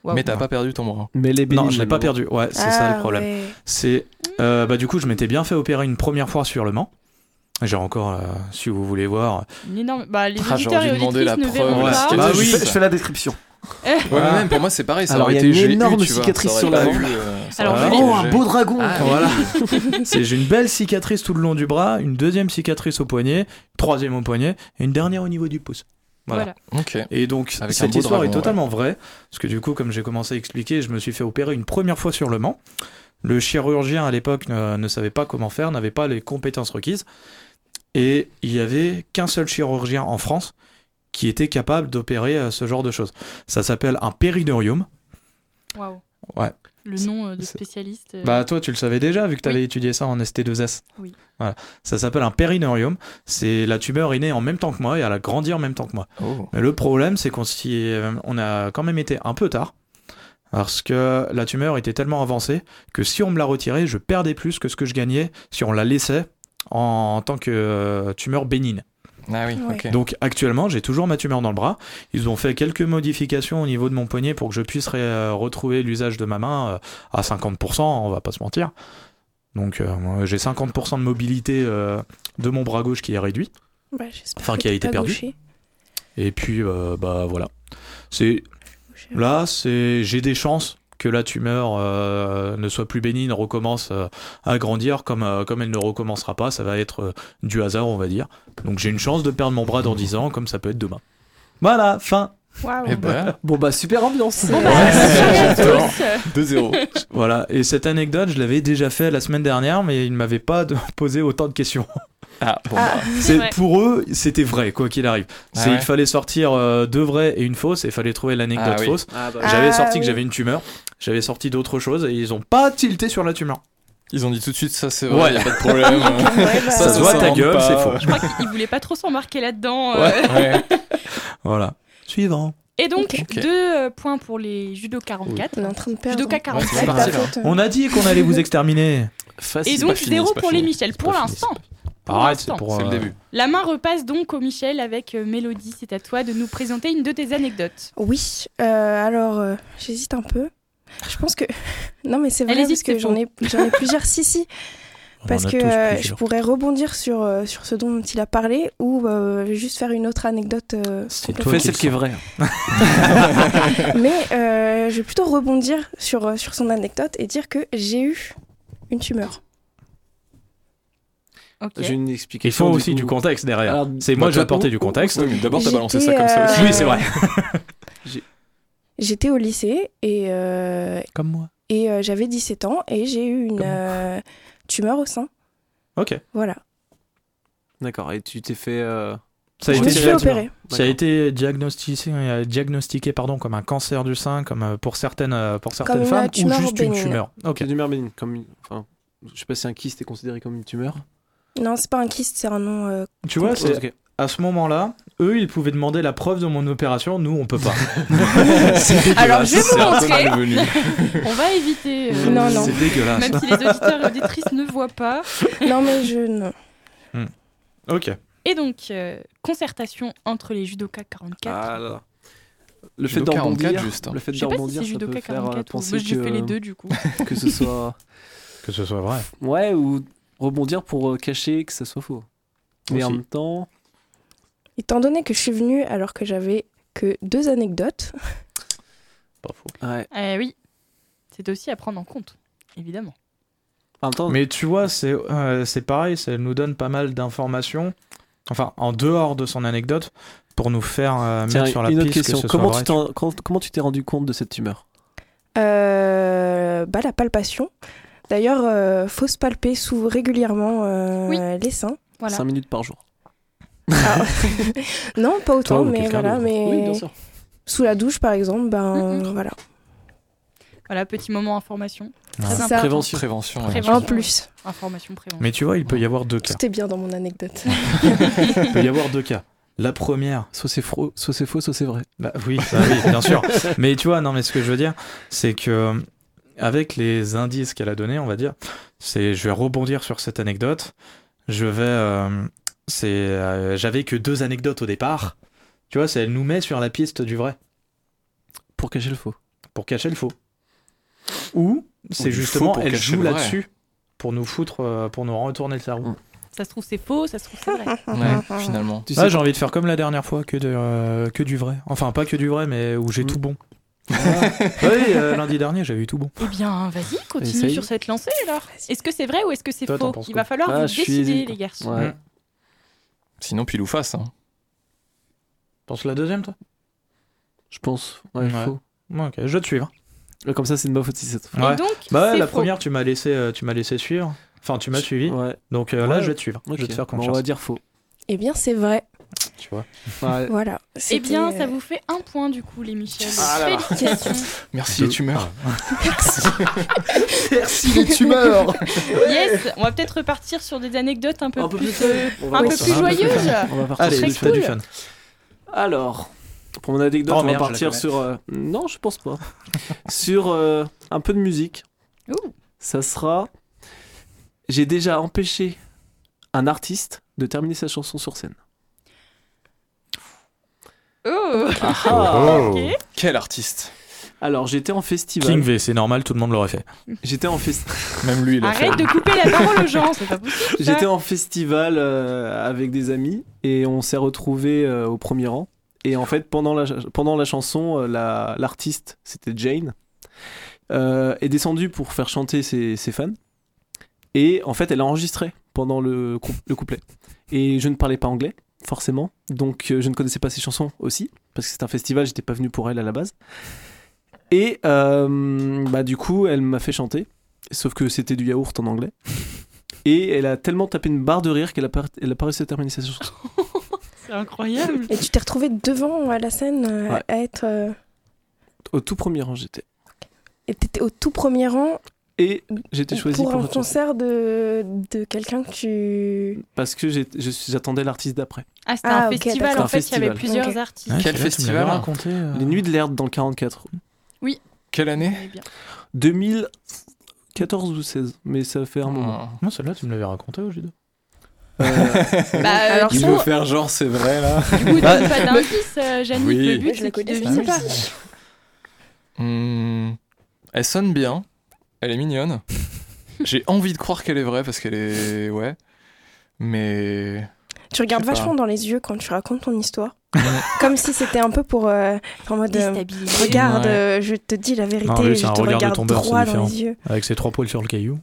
A: Waouh.
E: Mais t'as pas perdu ton bras.
C: mais les
B: Non, je l'ai pas perdu. Ouais, c'est ça
D: Ah,
B: le problème.
D: ouais.
B: C'est euh, bah du coup, je m'étais bien fait opérer une première fois sur le Mans. J'ai encore, euh, si vous voulez voir.
A: Une énorme. Bah, les
E: Ah,
A: auditeurs
E: j'aurais
A: et
E: dû demander
A: auditrices
E: la
A: ne verront
E: preuve.
B: Ouais.
A: pas.
B: Bah
E: Cicatrice.
B: oui.
E: Je fais- je fais la-
C: la description.
E: Ouais,
C: Voilà.
E: mais même pour moi, c'est pareil. Ça
C: Alors,
E: aurait
C: il y a
E: été
C: une
E: j'ai eu,
C: énorme
E: tu vois, ça
C: cicatrice
E: aurait
C: sur
E: pas
C: la
E: eu, euh, ça
A: Alors,
E: aurait
A: je
E: pas eu
C: Oh,
E: le
C: un
E: jet.
C: beau dragon
B: Ah,
C: Voilà.
B: C'est j'ai une belle cicatrice tout le long du bras, une deuxième cicatrice au poignet, une troisième au poignet et une dernière au niveau du pouce. Voilà.
A: Voilà.
E: Ok.
B: Et donc
E: Avec un
B: cette
E: beau
B: histoire
E: dragon,
B: est totalement vraie, parce que du coup, comme j'ai commencé à expliquer, je me suis fait opérer une première fois sur le Mans. Le chirurgien à l'époque euh, ne savait pas comment faire, n'avait pas les compétences requises, et il y avait qu'un seul chirurgien en France qui était capable d'opérer euh, ce genre de choses. Ça s'appelle un péridurium.
A: Waouh.
B: Ouais.
A: Le nom euh, de
B: C'est-
A: spécialiste. euh,
B: Bah toi tu le savais déjà vu que tu avais étudié ça en ST2S.
A: Oui.
B: Voilà. Ça s'appelle un périnorium. C'est la tumeur est née en même temps que moi et elle a grandi en même temps que moi.
E: Oh.
B: Mais le problème c'est qu'on s'y est- on a quand même été un peu tard parce que la tumeur était tellement avancée que si on me la retirait, je perdais plus que ce que je gagnais si on la laissait en, en tant que euh, tumeur bénigne.
E: Ah oui,
D: Ouais.
E: ok.
B: Donc actuellement, j'ai toujours ma tumeur dans le bras. Ils ont fait quelques modifications au niveau de mon poignet pour que je puisse ré- euh, retrouver l'usage de ma main euh, à 50%, on va pas se mentir. Donc euh, moi, j'ai 50% de mobilité euh, de mon bras gauche qui est réduit.
D: Bah, j'espère
B: Enfin,
D: que
B: qui a
D: t'es
B: été
D: pas
B: perdu.
D: gaucher.
B: Et puis euh, bah voilà. C'est
D: Gaucher.
B: là, c'est j'ai des chances que la tumeur euh, ne soit plus bénigne, recommence euh, à grandir comme euh, comme elle ne recommencera pas, ça va être euh, du hasard, on va dire. Donc j'ai une chance de perdre mon bras dans 10 ans comme ça peut être demain. Voilà, fin.
A: Waouh.
E: Et bah,
C: Bon bah super ambiance.
D: Bon,
A: Bah,
E: J'adore.
A: tous, euh,
E: 2-0.
B: Voilà, et cette anecdote, je l'avais déjà fait la semaine dernière, mais ils ne m'avaient pas de- posé autant de questions.
E: Ah, bon,
D: Ah.
E: bah,
B: C'est
A: vrai.
B: Pour eux, c'était vrai, quoi qu'il arrive.
E: Ah
B: C'est
E: ouais.
B: Il fallait sortir euh, deux vrais et une fausse, et il fallait trouver l'anecdote
E: Ah oui.
B: fausse.
C: Ah bah.
D: Ah.
B: J'avais sorti que
D: oui.
B: j'avais une tumeur, j'avais sorti d'autres choses, et ils n'ont pas tilté sur la tumeur.
E: Ils ont dit tout de suite, ça c'est
B: Ouais.
E: vrai, y a pas de problème.
D: Ouais, bah,
B: Ça se voit, ta
E: rentre
B: gueule,
E: pas.
B: c'est faux.
A: Je crois qu'ils voulaient pas trop s'embarquer là-dedans. euh.
E: Ouais.
B: Voilà. Suivant.
A: Et donc,
E: Ok.
A: deux euh, points pour les judo 44.
D: On est en train de perdre.
A: Judoka
D: hein.
A: 44.
D: C'est
E: Ouais,
D: ta
E: c'est
D: faute.
B: On a dit qu'on allait vous exterminer.
A: Et
E: C'est
A: donc,
E: pas fini,
A: zéro
E: c'est pas
A: pour les
E: fini.
A: Michel, pour
B: pas fini,
A: l'instant. Pour
B: Arrête, c'est
A: l'instant.
B: pour.
E: C'est le
B: euh,
E: début.
A: La main repasse donc au Michel avec euh, Mélodie. C'est à toi de nous présenter une de tes anecdotes.
D: Oui, euh, alors euh, j'hésite un peu. Je pense que. Non, mais c'est vrai
A: Elle hésite,
D: parce que
A: c'est
D: j'en ai, j'en ai plusieurs. si, si.
B: On
D: Parce
B: en a
D: que
B: tous
D: euh, je
B: plusieurs.
D: pourrais rebondir sur, euh, sur ce dont il a parlé ou euh, je vais juste faire une autre anecdote. euh,
B: C'est
D: complètement-
B: Toi
C: Fais
B: qui
C: celle
B: le
C: qui est
B: sens.
C: vraie.
D: Mais euh, je vais plutôt rebondir sur, euh, sur son anecdote et dire que j'ai eu une tumeur.
A: Ok.
C: J'ai une
B: Il
C: explication.
B: faut aussi du
C: coup.
B: contexte derrière.
C: Alors,
B: C'est
E: bah,
B: moi, j'ai
E: toi-
B: apporté du contexte.
E: Oui, mais d'abord, t'as balancé ça
D: J'étais,
E: comme ça aussi.
D: euh,
B: Oui, c'est vrai.
D: J'étais au lycée et, euh,
B: Comme moi.
D: et euh, j'avais 17 ans et j'ai eu une
B: Comme-
D: euh, tumeur au sein.
B: Ok.
D: Voilà.
C: D'accord, et tu t'es fait. euh,
B: Ça a
D: je
B: été
D: me suis fait
B: relativement-
D: opérer.
B: Ça a été diagnostiqué, euh, diagnostiqué pardon, comme un cancer du sein, comme euh, pour certaines, euh, pour certaines
D: une
B: femmes, ou
D: tumeur
B: juste une
D: bénigne.
B: tumeur. Ok.
C: C'est une tumeur bénigne, comme. une- Enfin, je sais pas si un kyste est considéré comme une tumeur.
D: Non, c'est pas un kyste, c'est un nom. euh,
B: Tu vois, c'est-
C: Ok.
B: à ce moment-là, eux, ils pouvaient demander la preuve de mon opération. Nous, on peut pas.
A: Alors, je vais vous
E: C'est un peu
A: montrer.
E: malvenu.
A: On va éviter. euh,
D: Non, non.
B: C'est dégueulasse.
A: Même si les auditeurs et auditrices ne voient pas.
D: non, mais je. Non.
B: Ok.
A: Et donc, euh, concertation entre les judokas 44.
C: Ah là là. Le fait
E: Judo
C: d'en
E: 44
C: rebondir,
E: juste, hein.
C: le fait
A: je sais
C: d'en
A: pas si
C: rebondir,
A: c'est
C: ça peut
A: judoka
C: faire euh,
A: 44 ou...
C: penser
A: Moi, j'ai
C: que, euh,
A: fait les deux, du coup.
C: que ce soit
B: Que ce soit vrai.
C: ouais ou rebondir pour euh, cacher que ça soit faux. Mais en
B: Aussi.
C: même temps,
D: Étant donné que je suis venue alors que j'avais que deux anecdotes,
B: Pas faux.
C: ouais.
A: Eh oui. C'est aussi à prendre en compte, évidemment.
C: En même temps,
B: Mais tu vois, c'est euh, c'est pareil, ça nous donne pas mal d'informations, enfin, en dehors de son anecdote, pour nous faire euh,
C: tiens,
B: mettre sur la
C: une autre
B: piste que
C: question.
B: ce soit
C: Comment
B: vrai.
C: tu, t'en- quand- comment tu t'es rendu compte de cette tumeur
D: euh, bah, la palpation. D'ailleurs, euh, faut se palper sous régulièrement euh,
A: Oui.
D: les seins.
A: Voilà.
C: 5 minutes par jour.
D: Ah. non, pas
B: Toi
D: autant,
B: ou
D: mais
B: quelqu'un
D: voilà.
B: d'autre.
D: Mais
C: Oui, bien sûr.
D: sous la douche, par exemple, ben
A: Mm, mm.
D: voilà.
A: Voilà, petit moment information.
B: Ouais.
A: Très important.
D: Ça,
C: Prévention.
E: Prévention. ouais.
A: Prévention.
D: en plus,
A: Information prévention.
B: Mais tu vois, il peut y avoir deux cas.
D: tout est bien dans mon anecdote.
B: Il peut y avoir deux cas. La première,
C: Soit c'est faux, soit c'est faux, soit c'est vrai.
B: Bah oui, bah oui, bien sûr. Mais tu vois, non, mais ce que je veux dire, c'est que euh, avec les indices qu'elle a donnés, on va dire, c'est, je vais rebondir sur cette anecdote. Je vais, euh, c'est, euh, j'avais que deux anecdotes au départ. Tu vois, c'est, elle nous met sur la piste du vrai
C: Pour cacher le faux.
B: pour cacher le faux. Ou
E: du
B: c'est
E: faux
B: justement,
E: pour
B: elle
E: cacher
B: joue
E: le vrai.
B: là-dessus pour nous foutre, euh, pour nous retourner le cerveau.
C: Mm.
A: Ça se trouve, c'est faux, ça se trouve, c'est vrai.
E: Ouais, finalement.
C: Tu
B: Ah,
C: sais,
B: j'ai envie de faire comme la dernière fois, que, de, euh, que du vrai. Enfin, pas que du vrai, mais où j'ai
C: Mm.
B: tout bon. oui, euh, lundi dernier, j'avais eu tout bon.
A: Eh bien, vas-y, continue
C: Essaye.
A: sur cette lancée alors. Est-ce que c'est vrai ou est-ce que c'est
B: Toi, t'en
A: faux
B: penses
A: Il
B: quoi
A: va falloir
C: Ah,
A: vous
C: je suis
A: décider,
C: hésitant.
A: les garçons.
B: Mm.
C: Ouais.
E: Sinon, pile ou face. hein.
B: Pense la deuxième, toi
C: je pense. Ouais,
B: Ouais.
C: faux.
B: Ok, je vais te suivre.
C: Ouais, Comme ça, c'est de ma faute si ça te
A: Et donc,
B: Bah,
A: c'est
B: la
A: faux.
B: première, tu m'as laissé, euh, tu m'as laissé suivre. Enfin, tu m'as suivi.
C: Ouais.
B: Donc euh, là,
C: Ouais.
B: je vais te suivre. Je vais
C: ok.
B: te faire
C: Bon,
B: confiance.
C: on va dire faux.
D: eh bien, c'est vrai.
B: Tu vois.
C: Ouais.
D: Voilà.
A: Eh
D: C'était,
A: bien,
D: euh,
A: ça vous fait un point du coup, les Michel.
E: Ah là là.
A: Félicitations.
E: Merci, les tumeurs.
B: Ah,
A: yes, on va peut-être repartir sur des anecdotes un peu
C: Un peu
A: plus,
C: plus
A: euh,
C: On va
A: un peu
C: partir-
A: plus
B: un peu plus
A: joyeuses.
C: On va partir
B: Allez,
C: sur
B: t'as
C: du faux.
B: du fun.
C: Alors, pour mon anecdote,
B: Oh
C: on va
B: merde, je la
C: partir
B: connais.
C: sur. euh, Non, je pense pas. sur euh, un peu de musique.
A: Ouh.
C: Ça sera. J'ai déjà empêché un artiste de terminer sa chanson sur scène.
A: Oh.
B: Ah.
A: Ok.
E: Quel artiste.
C: Ah. Alors, j'étais en festival.
B: King V, c'est normal, tout le monde l'aurait fait.
C: J'étais en, fest-
E: Même lui, il a fait.
A: Arrête de couper la parole aux gens, c'est pas possible. ça.
C: J'étais en festival euh, avec des amis et on s'est retrouvés euh, au premier rang. Et en fait, pendant la, ch- pendant la chanson, euh, la- l'artiste, c'était Jane, euh, est descendue pour faire chanter ses, ses fans. Et en fait, elle a enregistré pendant le, cou- le couplet. Et je ne parlais pas anglais, forcément. Donc, euh, je ne connaissais pas ses chansons aussi. Parce que c'est un festival, j'étais pas venu pour elle à la base. Et euh, bah, du coup, elle m'a fait chanter. Sauf que c'était du yaourt en anglais. Et elle a tellement tapé une barre de rire qu'elle a, pas- elle a pas réussi à terminer sa chanson.
A: C'est incroyable.
D: Et tu t'es retrouvé devant à la scène euh,
C: Ouais.
D: à être. euh,
C: Au tout premier rang, j'étais.
D: Et t'étais au tout premier rang
C: Et j'étais choisi
D: pour
C: pour,
D: un
C: cette chanson.
D: concert de, de quelqu'un que tu.
C: Parce que j'ai- je suis- j'attendais l'artiste d'après.
A: Ah, c'était
D: Ah,
A: un
D: ok,
A: festival
C: d'accord.
A: en fait, il y avait
C: Festival.
A: plusieurs
D: Ok.
A: artistes.
E: Quel festival
B: raconté euh.
E: Ah.
C: Les Nuits de l'Herbe dans le 44.
E: Quelle année
A: Eh bien,
C: 2014 ou 16, mais ça fait un moment.
E: Ah.
B: Moi, celle-là, tu me l'avais raconté au judo.
C: Euh,
A: Bah, alors,
E: Il
A: ça,
E: veut faire genre, c'est vrai là.
A: du coup, donne pas d'indice, euh, Janine.
E: Oui.
A: Le but,
D: Je
A: c'est
D: la
A: qu'il
D: connais,
A: devine
D: ça.
A: pas.
E: Hmm. Elle sonne bien. Elle est mignonne. J'ai envie de croire qu'elle est vraie parce qu'elle est. Ouais. Mais.
D: Tu regardes
E: Je sais pas.
D: vachement dans les yeux quand tu racontes ton histoire. Comme si c'était un peu pour euh, être en mode euh,
A: Déstabilisé.
D: regarde,
B: Ouais.
D: euh, je te dis la vérité,
B: Non, lui, c'est
D: je
B: un
D: te
B: regard de
D: regarde
B: tombeur, c'est
D: droit dans
B: différent.
D: les yeux.
B: Avec ses trois poils sur le caillou.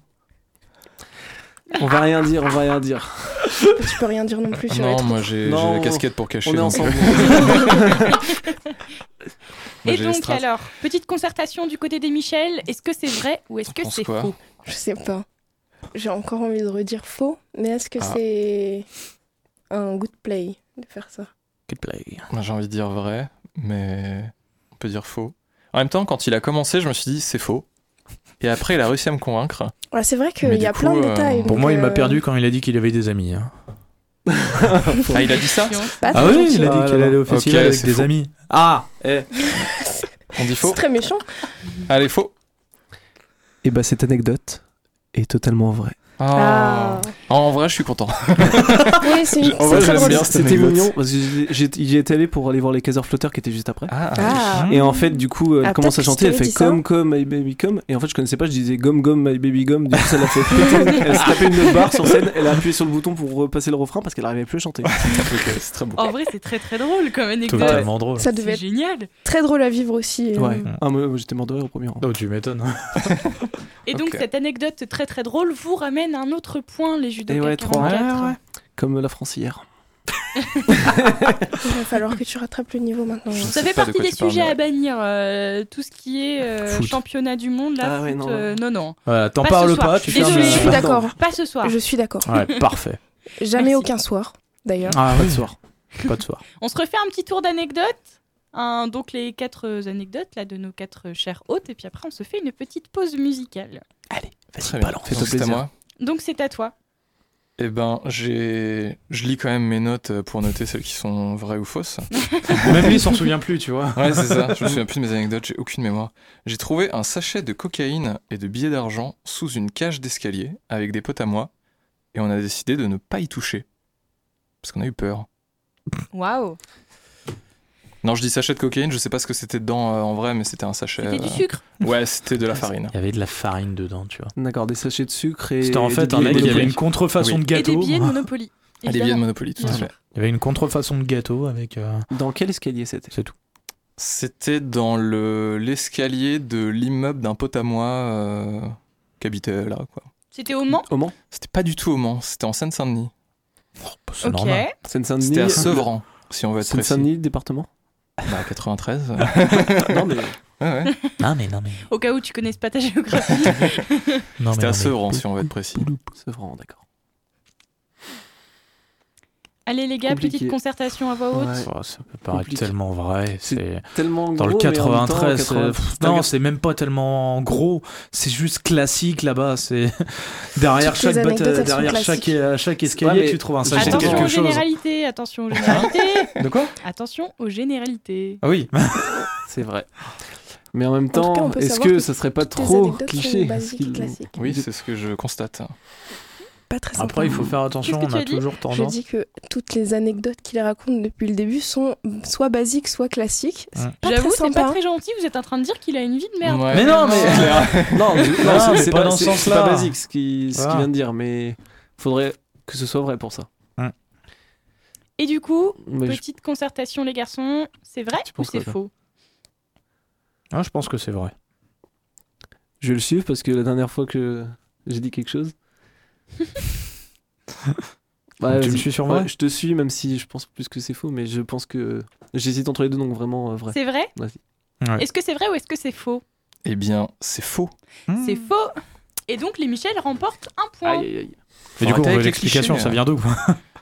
C: On va rien dire, on va rien dire.
D: Tu peux rien dire non plus sur les
E: non,
D: trucs.
E: moi j'ai j'ai
C: Non,
E: la casquette pour cacher.
C: on est
E: donc,
C: ensemble.
E: moi,
A: Et
E: j'ai les
A: donc
E: strass.
A: alors, petite concertation du côté des Michel, est-ce que c'est vrai ou est-ce
E: T'en
A: que
E: penses
A: c'est
E: quoi
A: faux
D: Je sais pas. J'ai encore envie de redire faux, mais est-ce que
E: Ah.
D: c'est un good play de faire ça
B: Good play.
E: Moi, J'ai envie de dire vrai, mais on peut dire faux. En même temps, quand il a commencé, je me suis dit c'est faux. Et après, il a réussi à me convaincre.
D: Ouais, C'est vrai qu'il
E: Mais du
D: y a
E: coup,
D: plein de
E: euh,
D: détails.
B: Pour
D: donc,
B: moi, il m'a
D: euh,
B: perdu quand il a dit qu'il avait des amis. hein.
E: Ah, il a dit ça
D: pas
B: Ah
D: très
B: oui,
D: gentil.
B: il a
C: Ah,
B: dit qu'il
C: là,
B: allait au festival avec
E: c'est
B: des
E: faux.
B: amis.
C: Ah, eh.
E: On dit
D: C'est
E: faux
D: très méchant.
E: Allez, faux
C: Et bah cette anecdote est totalement vraie.
E: Ah. En vrai, je suis content.
D: Ah. Oui, c'est
E: Je-
D: une
E: en vrai,
D: c'est très
E: j'aime
D: drôle.
E: bien. cette
C: C'était
E: anecdote.
C: mignon parce que j'ai- j'ai- j'y étais allé pour aller voir les caseurs flotteurs qui étaient juste après.
E: Ah,
B: Hein
D: Ah.
C: Et en fait, du coup, euh, elle
D: Ah,
C: commence à
D: peut-être que
C: chanter, elle
D: je t'avais
C: fait
D: dit ça.
C: comme comme my baby comme. Et en fait, je connaissais pas, je disais gomme gomme my baby gomme. Du coup, ça l'a fait péter. Elle s'est tapée une barre sur scène, elle a appuyé sur le bouton pour repasser le refrain parce qu'elle arrivait plus à chanter.
E: ok, c'est très beau.
A: En vrai, c'est très très drôle comme anecdote.
B: Totalement drôle.
D: Ça devait
A: C'est
D: être
A: génial.
D: très drôle à vivre aussi. euh.
C: Ouais. Ah, moi, moi, j'étais mort de rire au premier rang.
B: Oh, tu m'étonnes.
A: Et donc
E: Ok.
A: cette anecdote très très drôle vous ramène à un autre point les judokas
C: Et ouais, trois.
A: 44.
C: Ouais, ouais. Comme la France hier.
D: Il va falloir que tu rattrapes le niveau maintenant.
E: Je
A: Ça
E: sais
A: fait
E: pas de
A: partie
E: quoi
A: des
E: tu parles,
A: sujets
E: mais-
A: à bannir, euh, tout ce qui est euh,
B: Foot.
A: championnat du monde, là,
C: Ah ouais,
A: foot,
C: non,
A: euh, non, non,
B: Voilà, t'en
A: Pas ce
B: parles
A: soir,
B: pas,
A: je
B: tu
A: suis
B: fermes.
A: désolée.
D: Je suis
B: la-
D: d'accord.
A: pas ce soir.
D: Je suis d'accord.
B: Ouais, parfait.
D: Jamais
A: Ah. Merci.
D: aucun soir, d'ailleurs.
B: Ah,
C: Pas de soir.
B: Pas de soir.
A: On se refait un petit tour d'anecdotes, hein, donc les quatre euh, anecdotes là de nos quatre euh, chers hôtes, et puis après on se fait une petite pause musicale.
E: Très bien.
C: balance.
E: Fais-toi
C: Donc, c'est à
E: plaisir.
C: moi.
A: Donc c'est à toi.
E: Eh ben, j'ai, je lis quand même mes notes euh, pour noter celles qui sont vraies ou fausses.
B: Même lui, il s'en souvient plus, tu vois.
E: Ouais, c'est ça. Je me souviens plus de mes anecdotes, j'ai aucune mémoire. J'ai trouvé un sachet de cocaïne et de billets d'argent sous une cage d'escalier avec des potes à moi, et on a décidé de ne pas y toucher parce qu'on a eu peur.
A: Waouh
E: Non, je dis sachet de cocaïne, je sais pas ce que c'était dedans euh, en vrai, mais c'était un sachet.
A: C'était du
E: euh,
A: sucre
E: Ouais, c'était de la farine.
B: Il y avait de la farine dedans, tu vois.
C: D'accord, des sachets de sucre et.
B: C'était en
C: et
B: fait
C: des
B: un
C: billets
B: mec
C: de
B: qui avait
C: prix.
B: une contrefaçon
E: Oui.
B: de
A: et des
B: gâteau.
A: billets de hein. Monopoly.
E: Ah, des billets de
A: évidemment.
E: Monopoly, tout à
A: Bien
E: fait.
B: Il y avait une contrefaçon de gâteau avec. euh,
C: Dans quel escalier c'était
B: C'est tout.
E: C'était dans le l'escalier de l'immeuble d'un pote à moi euh, qui habitait là, quoi.
A: C'était au Mans
C: Au Mans
E: C'était pas du tout au Mans, c'était en Seine-Saint-Denis.
B: Bah, c'est
A: Ok.
B: normal.
C: Seine-Saint-Denis.
E: C'était à Sevran, si on veut être précis.
C: Seine-Saint-Denis, le département Ah,
E: Bah, 93. euh,
C: Non, mais.
E: ouais, ouais.
B: Non, mais non, mais.
A: Au cas où tu connaisses pas ta géographie.
B: non, mais,
E: C'était
B: non,
E: à
B: mais-
E: Sevran, si on veut être précis.
C: Sevran, d'accord.
A: Allez les gars,
C: Compliqué.
A: petite concertation à voix haute.
C: Ouais.
B: Oh, ça peut paraître
C: Compliqué.
B: tellement vrai. C'est
C: Tellement
B: dans le
C: gros, mais en même temps,
B: 93. c'est-
C: 80,
B: pff,
C: dans le
B: Non, c'est même pas tellement gros. C'est juste classique là-bas. C'est derrière
D: Toutes les
B: chaque batte-
D: anecdotes, elles sont
B: derrière chaque,
D: classiques.
B: à chaque escalier,
C: Ouais, mais
B: tu trouves un
C: J'ai
B: sachet de
A: Attention aux
B: quelque chose.
A: généralités, attention aux généralités,
E: De quoi
A: attention aux généralités.
B: Ah oui.
C: C'est vrai. Mais en même
D: tout cas, on
C: temps,
D: peut
C: est-ce
D: savoir
C: que
D: que
C: ça serait pas
D: Toutes les
C: trop
D: anecdotes sont
C: cliché
D: basiques
C: ce
D: et
C: qu'il-
D: classiques.
E: Oui, c'est ce que je constate.
D: Pas très sympa.
B: Après, il faut hein. faire attention.
A: Qu'est-ce que
B: On
A: tu
B: a
A: as dit
B: toujours
D: Je
B: tendance.
D: dis que toutes les anecdotes qu'il raconte depuis le début sont soit basiques, soit classiques. C'est
B: Ouais.
D: pas
A: J'avoue,
D: très
A: c'est
D: sympa.
A: pas très gentil, vous êtes en train de dire qu'il a une vie de merde.
E: Ouais.
B: Mais non,
E: C'est
B: mais-
E: clair.
C: Non, mais- non,
B: Non,
C: c'est-
B: mais
C: c'est
B: pas
C: pas,
B: dans ce
C: c'est- c'est
B: sens-là.
C: pas basique ce qu'il ce qu'il
B: Voilà.
C: vient de dire, mais faudrait que ce soit vrai pour ça.
A: Et du coup,
C: Mais je-
A: petite concertation les garçons, c'est vrai
C: Tu
A: ou
C: penses
A: c'est
C: quoi, toi
A: faux
B: Ah, je pense que c'est vrai.
C: je vais le suivre parce que la dernière fois que j'ai dit quelque chose. Ouais,
B: tu me
C: Bah, vas-y.
B: suis sur
C: Ouais,
B: moi
C: je te suis, même si je pense plus que c'est faux, mais je pense que j'hésite entre les deux, donc vraiment euh, vrai.
A: C'est vrai
C: Vas-y.
B: Ouais.
A: Est-ce que c'est vrai ou est-ce que c'est faux
E: Eh bien, c'est faux.
B: Hmm.
A: C'est faux. Et donc les Michel remportent un point.
C: Aïe, aïe, aïe.
B: Et du
E: Faut arrêter
B: coup, on veut
E: avec les
B: l'explication.
E: clichés,
B: Ça vient d'où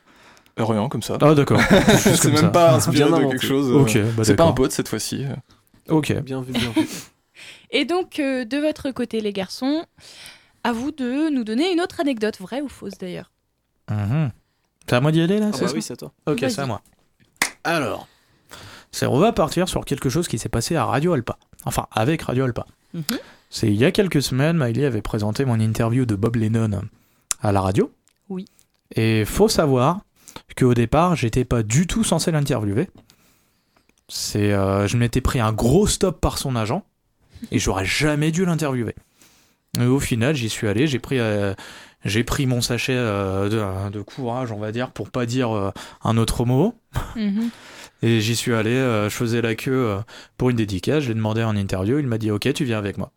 E: Rien comme ça.
B: Ah, d'accord. Juste
E: hein. c'est
B: comme
E: même
B: ça.
E: pas inspiré
C: Bien
E: de
C: inventé.
E: quelque chose. euh,
B: Ok, bah
E: c'est pas un
B: d'accord.
E: pote cette fois-ci. euh.
B: Ok.
C: Bien vu, bien vu.
A: Et donc euh, de votre côté les garçons, à vous de nous donner une autre anecdote, vraie ou fausse d'ailleurs.
B: Mhm. C'est à moi d'y aller là
C: Ah
B: c'est
C: bah
B: ça
C: oui, c'est à toi.
B: Ok,
A: Vas-y.
B: c'est à moi. Alors, c'est- on va partir sur quelque chose qui s'est passé à Radio Alpa. Enfin, avec Radio Alpa.
A: Mhm.
B: C'est il y a quelques semaines, Miley avait présenté mon interview de Bob Lennon à la radio.
A: Oui.
B: Et faut savoir qu'au départ, j'étais pas du tout censé l'interviewer. C'est, euh, je m'étais pris un gros stop par son agent et j'aurais jamais dû l'interviewer. Et au final, j'y suis allé, j'ai pris, euh, j'ai pris mon sachet euh, de, de courage, on va dire, pour pas dire euh, un autre mot.
A: Mhm.
B: Et j'y suis allé, euh, je faisais la queue euh, pour une dédicace, je l'ai demandé en interview, il m'a dit ok, tu viens avec moi.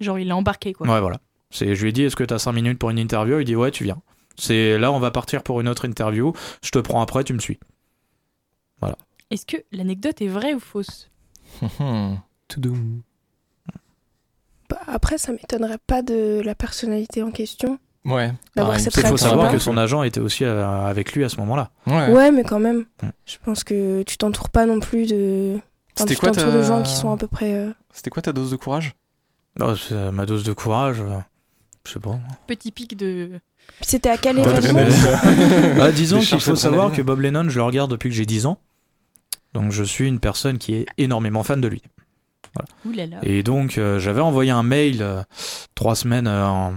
A: Genre, il l'a embarqué, quoi.
B: Ouais, voilà. C'est, je lui ai dit, est-ce que t'as 5 minutes pour une interview Il dit, ouais, tu viens. C'est là, on va partir pour une autre interview. Je te prends après, tu me suis.
A: Est-ce que l'anecdote est vraie ou fausse
E: Hum,
C: Toudoum.
D: Bah, Après, ça m'étonnerait pas de la personnalité en question
E: hum. Ouais.
D: d'avoir
E: Ah,
D: cette
E: il
B: Il
E: Très
B: faut savoir
D: réaction-là.
E: sympa.
B: que son agent était aussi euh, avec lui à ce moment-là.
E: Ouais.
D: Ouais, mais quand même,
B: Mm.
D: je pense que tu t'entoures pas non plus de. enfin,
E: C'était
D: tu
E: quoi
D: t'entoures
E: ta-
D: de gens qui sont à peu près. euh,
E: C'était quoi ta dose de courage
B: Oh, c'est, euh, ma dose de courage, euh, je sais pas.
A: Petit pic de.
D: Puis C'était à quel événement
E: Adrénaline.
B: Ah, disons
E: Des
B: qu'il
E: charges
B: faut savoir que
E: d'adrénaline.
B: Bob Lennon, je le regarde depuis que j'ai 10 ans. Donc je suis une personne qui est énormément fan de lui.
A: Ouh là là.
B: Et donc euh, j'avais envoyé un mail euh, trois semaines euh, en-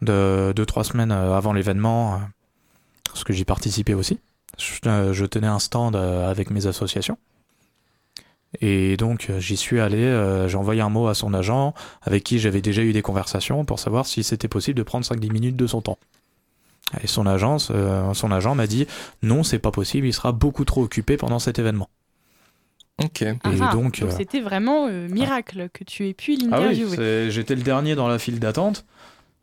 B: de deux trois semaines euh, avant l'événement euh, parce que j'y participais aussi. Je, euh, je tenais un stand euh, avec mes associations. Et donc euh, j'y suis allé, euh, j'ai envoyé un mot à son agent avec qui j'avais déjà eu des conversations pour savoir si c'était possible de prendre 5-10 minutes de son temps. Et son, agence, euh, son agent m'a dit non, c'est pas possible, il sera beaucoup trop occupé pendant cet événement.
E: Ok.
A: Ah
B: et
A: ah,
B: donc, euh,
A: c'était vraiment euh, miracle que tu aies pu
B: Ah oui,
A: l'interviewer.
B: c'est- j'étais le dernier dans la file d'attente.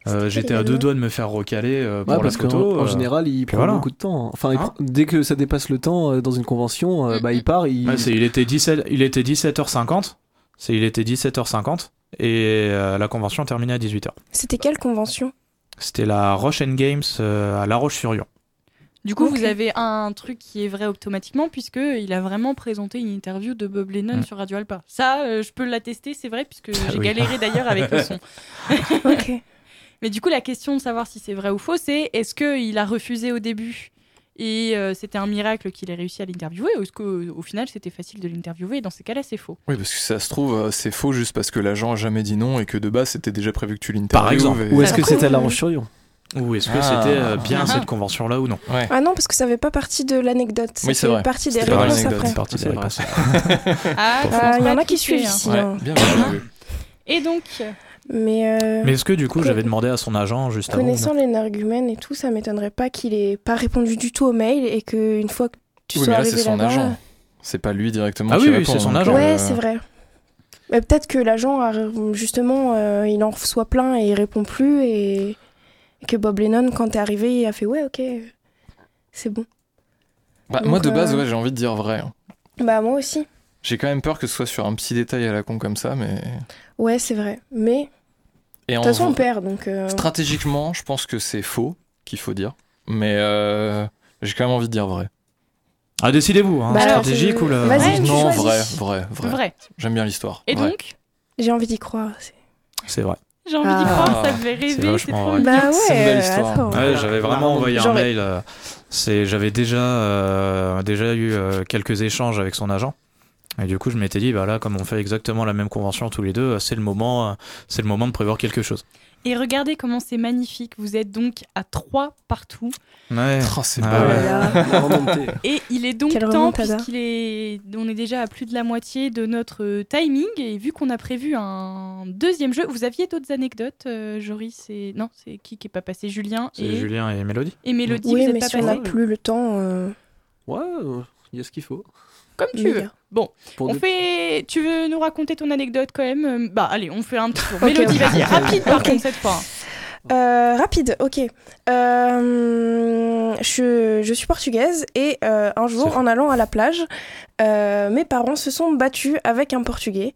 B: Euh,
D: C'était
B: j'étais
D: quel
B: à deux
D: événement
B: doigts de me faire recaler euh, pour
C: Ouais,
B: la
C: parce qu'en
B: photo.
C: en
B: euh.
C: général, il prend
B: voilà.
C: beaucoup de temps. Enfin, il
B: Hein
C: prend- dès que ça dépasse le temps euh, dans une convention, euh,
D: Mm-hmm.
C: bah, il part. Il...
B: Ouais, c'est- il, était 17, il était 17h50. C'est, il était 17h50 et euh, la convention terminait à 18h.
D: C'était quelle convention
B: C'était la Roche and Games euh, à La Roche-sur-Yon.
A: Du coup,
D: Ok.
A: vous avez un truc qui est vrai automatiquement, puisque il a vraiment présenté une interview de Bob Lennon
B: Mm. Ah
A: sur Radio Alpa. Ça, euh, je peux l'attester, c'est vrai, puisque j'ai
B: oui.
A: galéré d'ailleurs avec le son.
D: Ok.
A: Mais du coup, la question de savoir si c'est vrai ou faux, c'est est-ce qu'il a refusé au début et euh, c'était un miracle qu'il ait réussi à l'interviewer, ou est-ce qu'au au final c'était facile de l'interviewer et dans ces cas-là c'est faux
E: Oui, parce que ça se trouve, euh, c'est faux juste parce que l'agent a jamais dit non et que de base, c'était déjà prévu que tu l'interviewes.
B: Par exemple.
E: et-
C: Ou est-ce
D: Ça
C: que
D: prouve,
C: c'était à La
D: euh,
C: Roche-sur-Yon
B: Ou est-ce que
E: Ah.
B: c'était euh, bien
A: Ah.
B: cette convention-là ou non
E: Ouais.
D: Ah non, parce que ça fait pas partie de l'anecdote. Ça
E: Oui, c'est
D: fait
E: vrai.
D: partie des
E: C'était pas
D: réponses
E: l'anecdote.
D: après.
B: C'est parti des
C: C'est vrai.
B: réponses.
A: Ah,
D: Ah, Il y en a qui suivent ici.
E: Ouais,
D: hein.
E: bien vu, bien vu.
A: Et donc,
D: Mais, euh,
B: Mais est-ce que du coup,
D: Conna-
B: j'avais demandé à son agent
E: Ah
B: juste avant ou non
D: connaissant l'énergumène et tout, ça m'étonnerait pas qu'il ait pas répondu du tout au mail et qu'une fois que tu
E: Oui,
D: sois
E: mais là,
D: arrivé
E: c'est son
D: là-bas- euh,
E: agent. C'est pas lui directement
B: Ah
E: qui
B: oui, oui,
E: répond,
B: c'est son
E: donc,
B: agent.
D: Ouais,
E: euh,
D: c'est vrai. Mais peut-être que l'agent, a- justement, euh, il en reçoit plein et il répond plus. Et, et que Bob Lennon, quand t'es arrivé, il a fait Ouais, ok, c'est bon.
E: bah, moi,
D: Donc,
E: de base,
D: euh,
E: ouais, j'ai envie de dire vrai. hein.
D: Bah, moi aussi.
E: J'ai quand même peur que ce soit sur un petit détail à la con comme ça, mais.
D: Ouais, c'est vrai. Mais
E: Et
D: de
E: en
D: toute façon, on
E: vrai-
D: perd. Donc, euh,
E: Stratégiquement, je pense que c'est faux, qu'il faut dire. Mais euh, j'ai quand même envie de dire vrai.
B: Ah, décidez-vous, hein,
D: Bah alors,
B: stratégique
D: c'est-
B: ou la.
D: Vas-y, tu
E: non,
D: choisis.
E: vrai, vrai, vrai.
A: vrai.
E: J'aime bien l'histoire.
A: Et
E: vrai.
A: donc,
D: j'ai envie d'y croire. c'est-
B: C'est vrai.
A: j'ai envie d'y
D: Ah.
A: croire, ça me fait rêver, c'est
B: vachement
A: trop
B: vrai.
A: mignon.
D: Bah, ouais, Bah,
E: C'est une belle
D: euh,
E: histoire.
D: attends.
B: Ouais, j'avais vraiment envoyé un
D: Genre-
B: mail. euh, c'est, j'avais déjà, euh, déjà eu euh, quelques échanges avec son agent. Et du coup, je m'étais dit, bah là, comme on fait exactement la même convention tous les deux, euh, c'est le moment, euh, c'est le moment de prévoir quelque chose.
A: Et regardez comment c'est magnifique. Vous êtes donc à trois partout.
B: Ouais.
E: Oh, c'est
B: Ah
D: Oh
E: pas
D: là
E: vrai.
D: là.
C: La remontée.
A: Et il est donc
D: Quelle
A: temps,
D: remontada.
A: puisqu'il est... on est déjà à plus de la moitié de notre euh, timing. Et vu qu'on a prévu un deuxième jeu, vous aviez d'autres anecdotes, euh, Joris et... Non, c'est qui qui est pas passé Julien
B: C'est
A: et...
B: Julien et Mélodie.
A: et Mélodie,
D: Oui,
A: vous êtes
D: mais
A: pas
D: si on n'a
A: passés
D: plus le temps. euh,
C: Ouais, euh, il y a ce qu'il faut.
A: Comme tu
D: mieux.
A: veux. Bon,
C: Pour
A: on
C: des-
A: fait... Tu veux nous raconter ton anecdote quand même Euh, Bah allez, on fait un petit tour.
D: Ok,
A: Mélodie,
D: ok.
A: vas-y, rapide par
D: Ok.
A: contre cette fois.
D: Euh, rapide, ok. Euh, je, je suis portugaise et euh, un
B: C'est
D: jour,
B: fou.
D: en allant à la plage, euh, mes parents se sont battus avec un portugais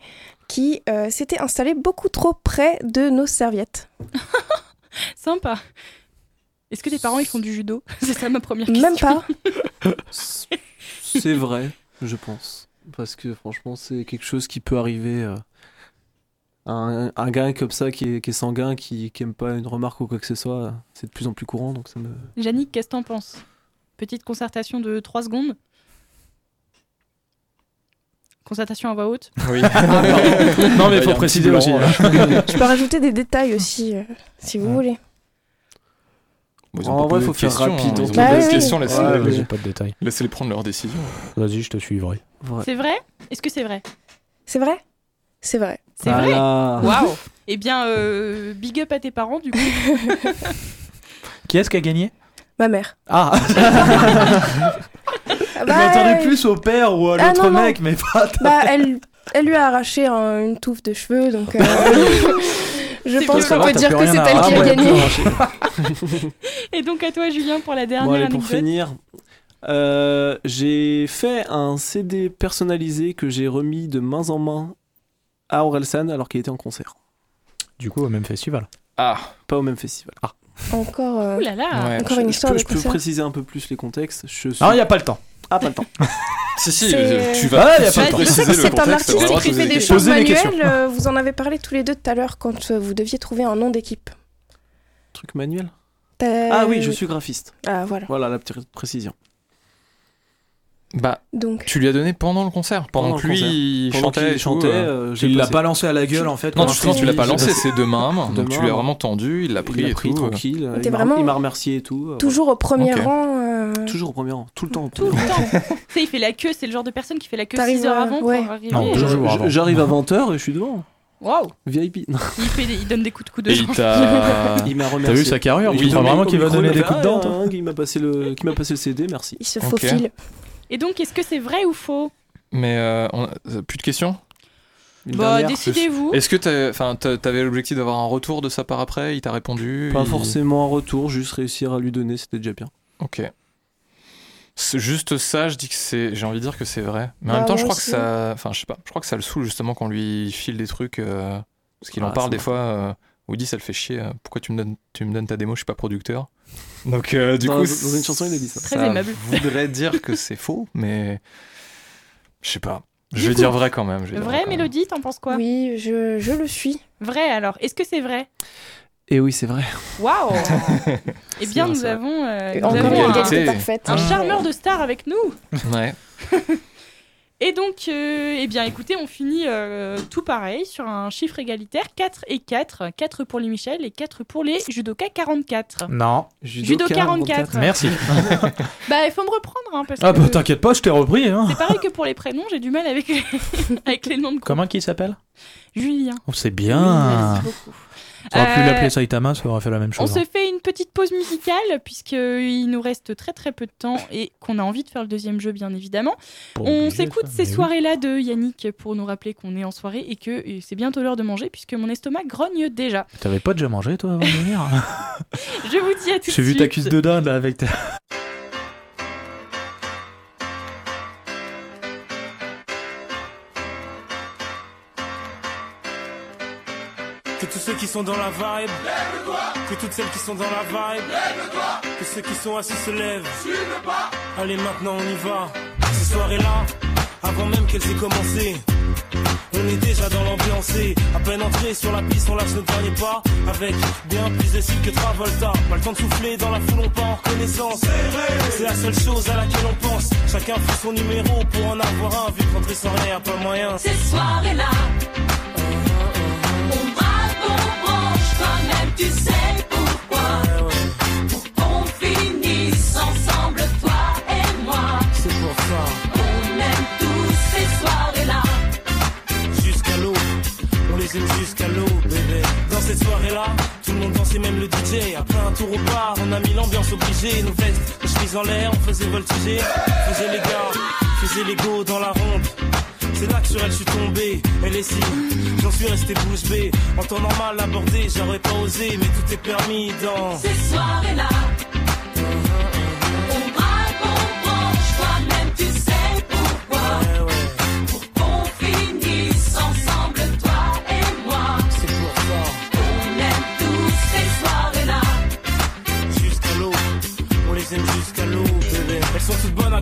D: qui euh, s'était installé beaucoup trop près de nos serviettes.
A: Sympa. Est-ce que tes parents ils font du judo C'est ça ma première question.
D: Même pas.
C: C'est vrai, je pense. Parce que franchement, c'est quelque chose qui peut arriver. euh, Un, un gars comme ça qui est, qui est sanguin, qui, qui aime pas une remarque ou quoi que ce soit, c'est de plus en plus courant, donc ça me.
A: Yannick, qu'est-ce que t'en penses Petite concertation de 3 secondes. Concertation à voix haute.
E: Oui.
B: Non,
E: mais
B: mais
E: faut
B: faut préciser aussi.
E: hein.
D: Je peux rajouter des détails aussi, euh, si vous voulez.
E: Ils
C: En
E: ont pas
C: vrai,
E: posé
C: faut
E: de
C: faire
E: questions,
C: rapide,
E: hein. Ils ont
C: on
E: pas posé
D: peut-
E: de
D: Bah oui.
E: questions, laissez-
C: Ouais,
E: laissez-
C: mais-
B: pas de détails.
E: laissez-les prendre leurs décisions.
B: Vas-y, je te suivrai.
C: Ouais.
A: C'est vrai Est-ce que c'est vrai
D: C'est vrai C'est vrai.
A: C'est
C: Ah
A: vrai
C: là.
A: Waouh Eh bien, euh, big up à tes parents, du coup.
B: Qui est-ce qui a gagné
D: Ma mère.
B: Ah
D: Ah bah,
B: J'attendais
D: elle-
B: plus au père ou à
D: Ah,
B: l'autre
D: non, non.
B: mec, mais pas. toi.
D: Bah, elle, elle lui a arraché un- une touffe de cheveux, donc euh, je
A: C'est
D: pense
A: violent,
D: qu'on peut
B: t'as
D: dire
B: plus
D: que
B: rien
D: c'est
B: à
D: elle qui
B: raconter.
D: a gagné.
A: Et donc à toi, Julien, pour la dernière
C: Bon, allez,
A: anecdote.
C: pour finir, euh, j'ai fait un CD personnalisé que j'ai remis de main en main à Orelsan alors qu'il était en concert.
B: Du coup, au même festival.
E: Ah,
C: Pas au même festival.
D: Encore, euh,
A: Ouh là là
E: ouais.
D: encore
C: Ah, Je-
D: une
C: je
D: histoire
C: peux,
D: de
C: je peux
D: concert.
C: préciser un peu plus les contextes. Je suis...
B: Non, il n'y a pas le temps.
C: Ah, pas le temps.
E: Si, si,
D: C'est- Ah.
E: tu vas
B: Ouais, y a
E: tout de
B: pas de
E: suite
B: problème.
D: C'est
E: préciser
D: vrai que
E: le
D: c'est un
E: contexte, on va
D: artiste
E: devoir
D: qui
E: poser
D: fait des
E: questions.
D: chants
B: Posez les questions.
D: manuels. euh, vous en avez parlé tous les deux tout à l'heure quand euh, vous deviez trouver un nom d'équipe.
C: Truc manuel.
D: T'as-
C: Ah oui, je suis graphiste.
D: Ah voilà.
C: Voilà la petite précision.
E: Bah,
D: Donc,
E: tu lui as donné pendant le concert, pendant,
C: Pendant
E: que
C: le
E: lui
C: concert.
E: il
C: Pendant
E: chantait.
C: qu'il
E: et tout,
C: chantait,
E: euh.
C: euh, j'ai
B: Il l'a
C: passé.
B: pas lancé à la gueule en fait.
E: Non,
B: quand
E: tu,
B: je pense
E: tu l'as pas
C: j'ai
E: lancé,
C: passé-
E: c'est de main à main.
C: De
E: Donc
C: main
E: tu
C: à
E: lui as
C: main.
E: vraiment tendu, il l'a pris
C: il
E: et
C: l'a pris
B: hein.
E: tout.
C: tranquille.
D: T'es
C: Il m'a
D: vraiment-
C: il m'a remercié et tout. euh,
D: toujours au premier
E: Ok.
D: rang. euh,
C: voilà. Toujours au premier rang, tout le temps au
A: Tout
C: premier
A: le
C: rang.
A: temps. tu sais, il fait la queue, c'est le genre de personne qui fait la queue
D: T'arrives,
A: 6 heures
D: euh,
A: avant
D: ouais.
A: pour arriver. Euh,
B: Non,
C: Je-
B: toujours
C: je-
B: avant.
C: J'arrive à 20h et je suis devant.
A: Waouh
C: VIP.
A: il, fait des- il donne des coups de coude
E: Et
A: aux
E: il
A: gens.
E: t'a.
C: Il m'a
B: Ah. T'as
C: remercié.
B: vu sa carrière
C: Oui,
B: Tu crois
C: il m'a
B: vraiment
C: mis
B: qu'il
C: au
B: va
C: micro,
B: donner
C: il
B: des
C: m'a fait,
B: coups de dent
C: Ah,
B: toi
C: hein, qui m'a passé le qui m'a passé le CD, merci.
D: Il se
E: Ok.
D: faufile.
A: Et donc, est-ce que c'est vrai ou faux
E: Mais euh, on a- euh, plus de questions
C: Une
A: Bah,
C: dernière.
A: décidez-vous.
E: Est-ce que t'as- enfin, t'a- t'avais l'objectif d'avoir un retour de sa part après Il t'a répondu
C: Pas
E: il-
C: forcément un retour, juste réussir à lui donner, c'était déjà bien.
E: Ok. C'est juste ça, je dis que c'est. J'ai envie de dire que c'est vrai. Mais en
D: Bah,
E: même temps, je
D: moi
E: crois que
D: aussi.
E: ça. Enfin, je sais pas. Je crois que ça le saoule justement qu'on lui file des trucs. euh, Parce qu'il en
C: Ah,
E: parle
C: ça
E: des
C: va.
E: fois. euh, Woody, ça le fait chier. euh, Pourquoi tu me donnes, tu me donnes ta démo Je suis pas producteur. Donc, euh, du
C: Dans-
E: coup.
C: dans une chanson, il a dit ça.
A: Très aimable.
E: Je voudrais dire que c'est faux, mais. Je sais pas.
A: Du
E: Je vais
A: coup,
E: dire vrai quand même. je vais dire
A: Vrai,
E: quand même.
A: Mélodie, t'en penses quoi
D: Oui, je, je le suis.
A: Vrai alors, est-ce que c'est vrai
C: Et oui, c'est vrai.
A: Waouh Eh bien,
C: vrai,
A: nous
C: c'est vrai.
A: avons, euh, nous
D: Encore
A: avons
D: une
A: un,
D: égalité
E: un-
D: parfaite.
A: un charmeur de star avec nous.
E: Ouais.
A: Et donc, euh, eh bien, écoutez, on finit euh, tout pareil sur un chiffre égalitaire 4 et 4. 4 pour les Michel et 4 pour les judoka 44.
B: Non,
A: Judo
D: Ah.
A: 44.
B: merci.
A: Bah, il faut me reprendre, hein, parce
B: Ah
A: que
B: bah t'inquiète pas, je t'ai repris. Hein.
A: c'est pareil que pour les prénoms, j'ai du mal avec, avec les noms de groupe.
B: Comment qu'il s'appelle
A: Julien.
B: oh, C'est
A: Oui,
B: bien.
A: merci beaucoup.
B: T'aurais pu
A: Euh,
B: l'appeler Saitama, ça aurait fait la même
A: On
B: chose. hein.
A: se fait une petite pause musicale puisqu'il nous reste très très peu de temps et qu'on a envie de faire le deuxième jeu bien évidemment.
B: Pour
A: On
B: obliger,
A: s'écoute
B: ça,
A: ces
B: mais oui.
A: soirées-là de Yannick pour nous rappeler qu'on est en soirée et que euh, c'est bientôt l'heure de manger puisque mon estomac grogne déjà.
B: T'avais pas déjà mangé toi avant de venir
A: Je vous dis à tout de
B: J'ai vu
A: suite.
B: ta cuisse de dinde là avec ta.
H: Que tous ceux qui sont dans la vibe, que toutes celles qui sont dans la vibe, que ceux qui sont assis se lèvent. Allez maintenant on y va. Ces soirées-là, avant même qu'elles aient commencé, on est déjà dans l'ambiance. et À peine entré sur la piste, on lâche nos derniers pas avec bien plus de cibles que Travolta. Pas le temps de souffler dans la foule, on part en reconnaissance. C'est la seule chose à laquelle on pense. Chacun fait son numéro pour en avoir un. Vu qu'entrer sans rien, pas moyen.
I: Ces soirées-là, on braque, on branche, toi-même tu sais pourquoi.
H: Ouais, ouais,
I: Pour qu'on finisse ensemble, toi et moi.
H: c'est pour ça.
I: On aime tous ces soirées-là.
H: jusqu'à l'eau. On les aime jusqu'à l'eau, bébé. Dans cette soirée-là, tout le monde dansait, même le DJ. Après un tour au bar, on a mis l'ambiance obligée. Nos vestes, nos chemises en l'air, on faisait voltiger. On faisait les gars, on faisait les go dans la ronde. C'est là que sur elle je suis tombé, elle est si. J'en suis resté bouche bée. En temps normal abordé, j'aurais pas osé, mais tout est permis dans.
I: Ces soirées-là, on braque, on branche, toi-même tu sais pourquoi.
H: Ouais, ouais,
I: Pour qu'on finisse ensemble, toi et moi.
H: c'est pour ça.
I: On aime tous ces soirées-là.
H: jusqu'à l'eau. On les aime jusqu'à l'eau, bébé. Elles sont toutes bonnes à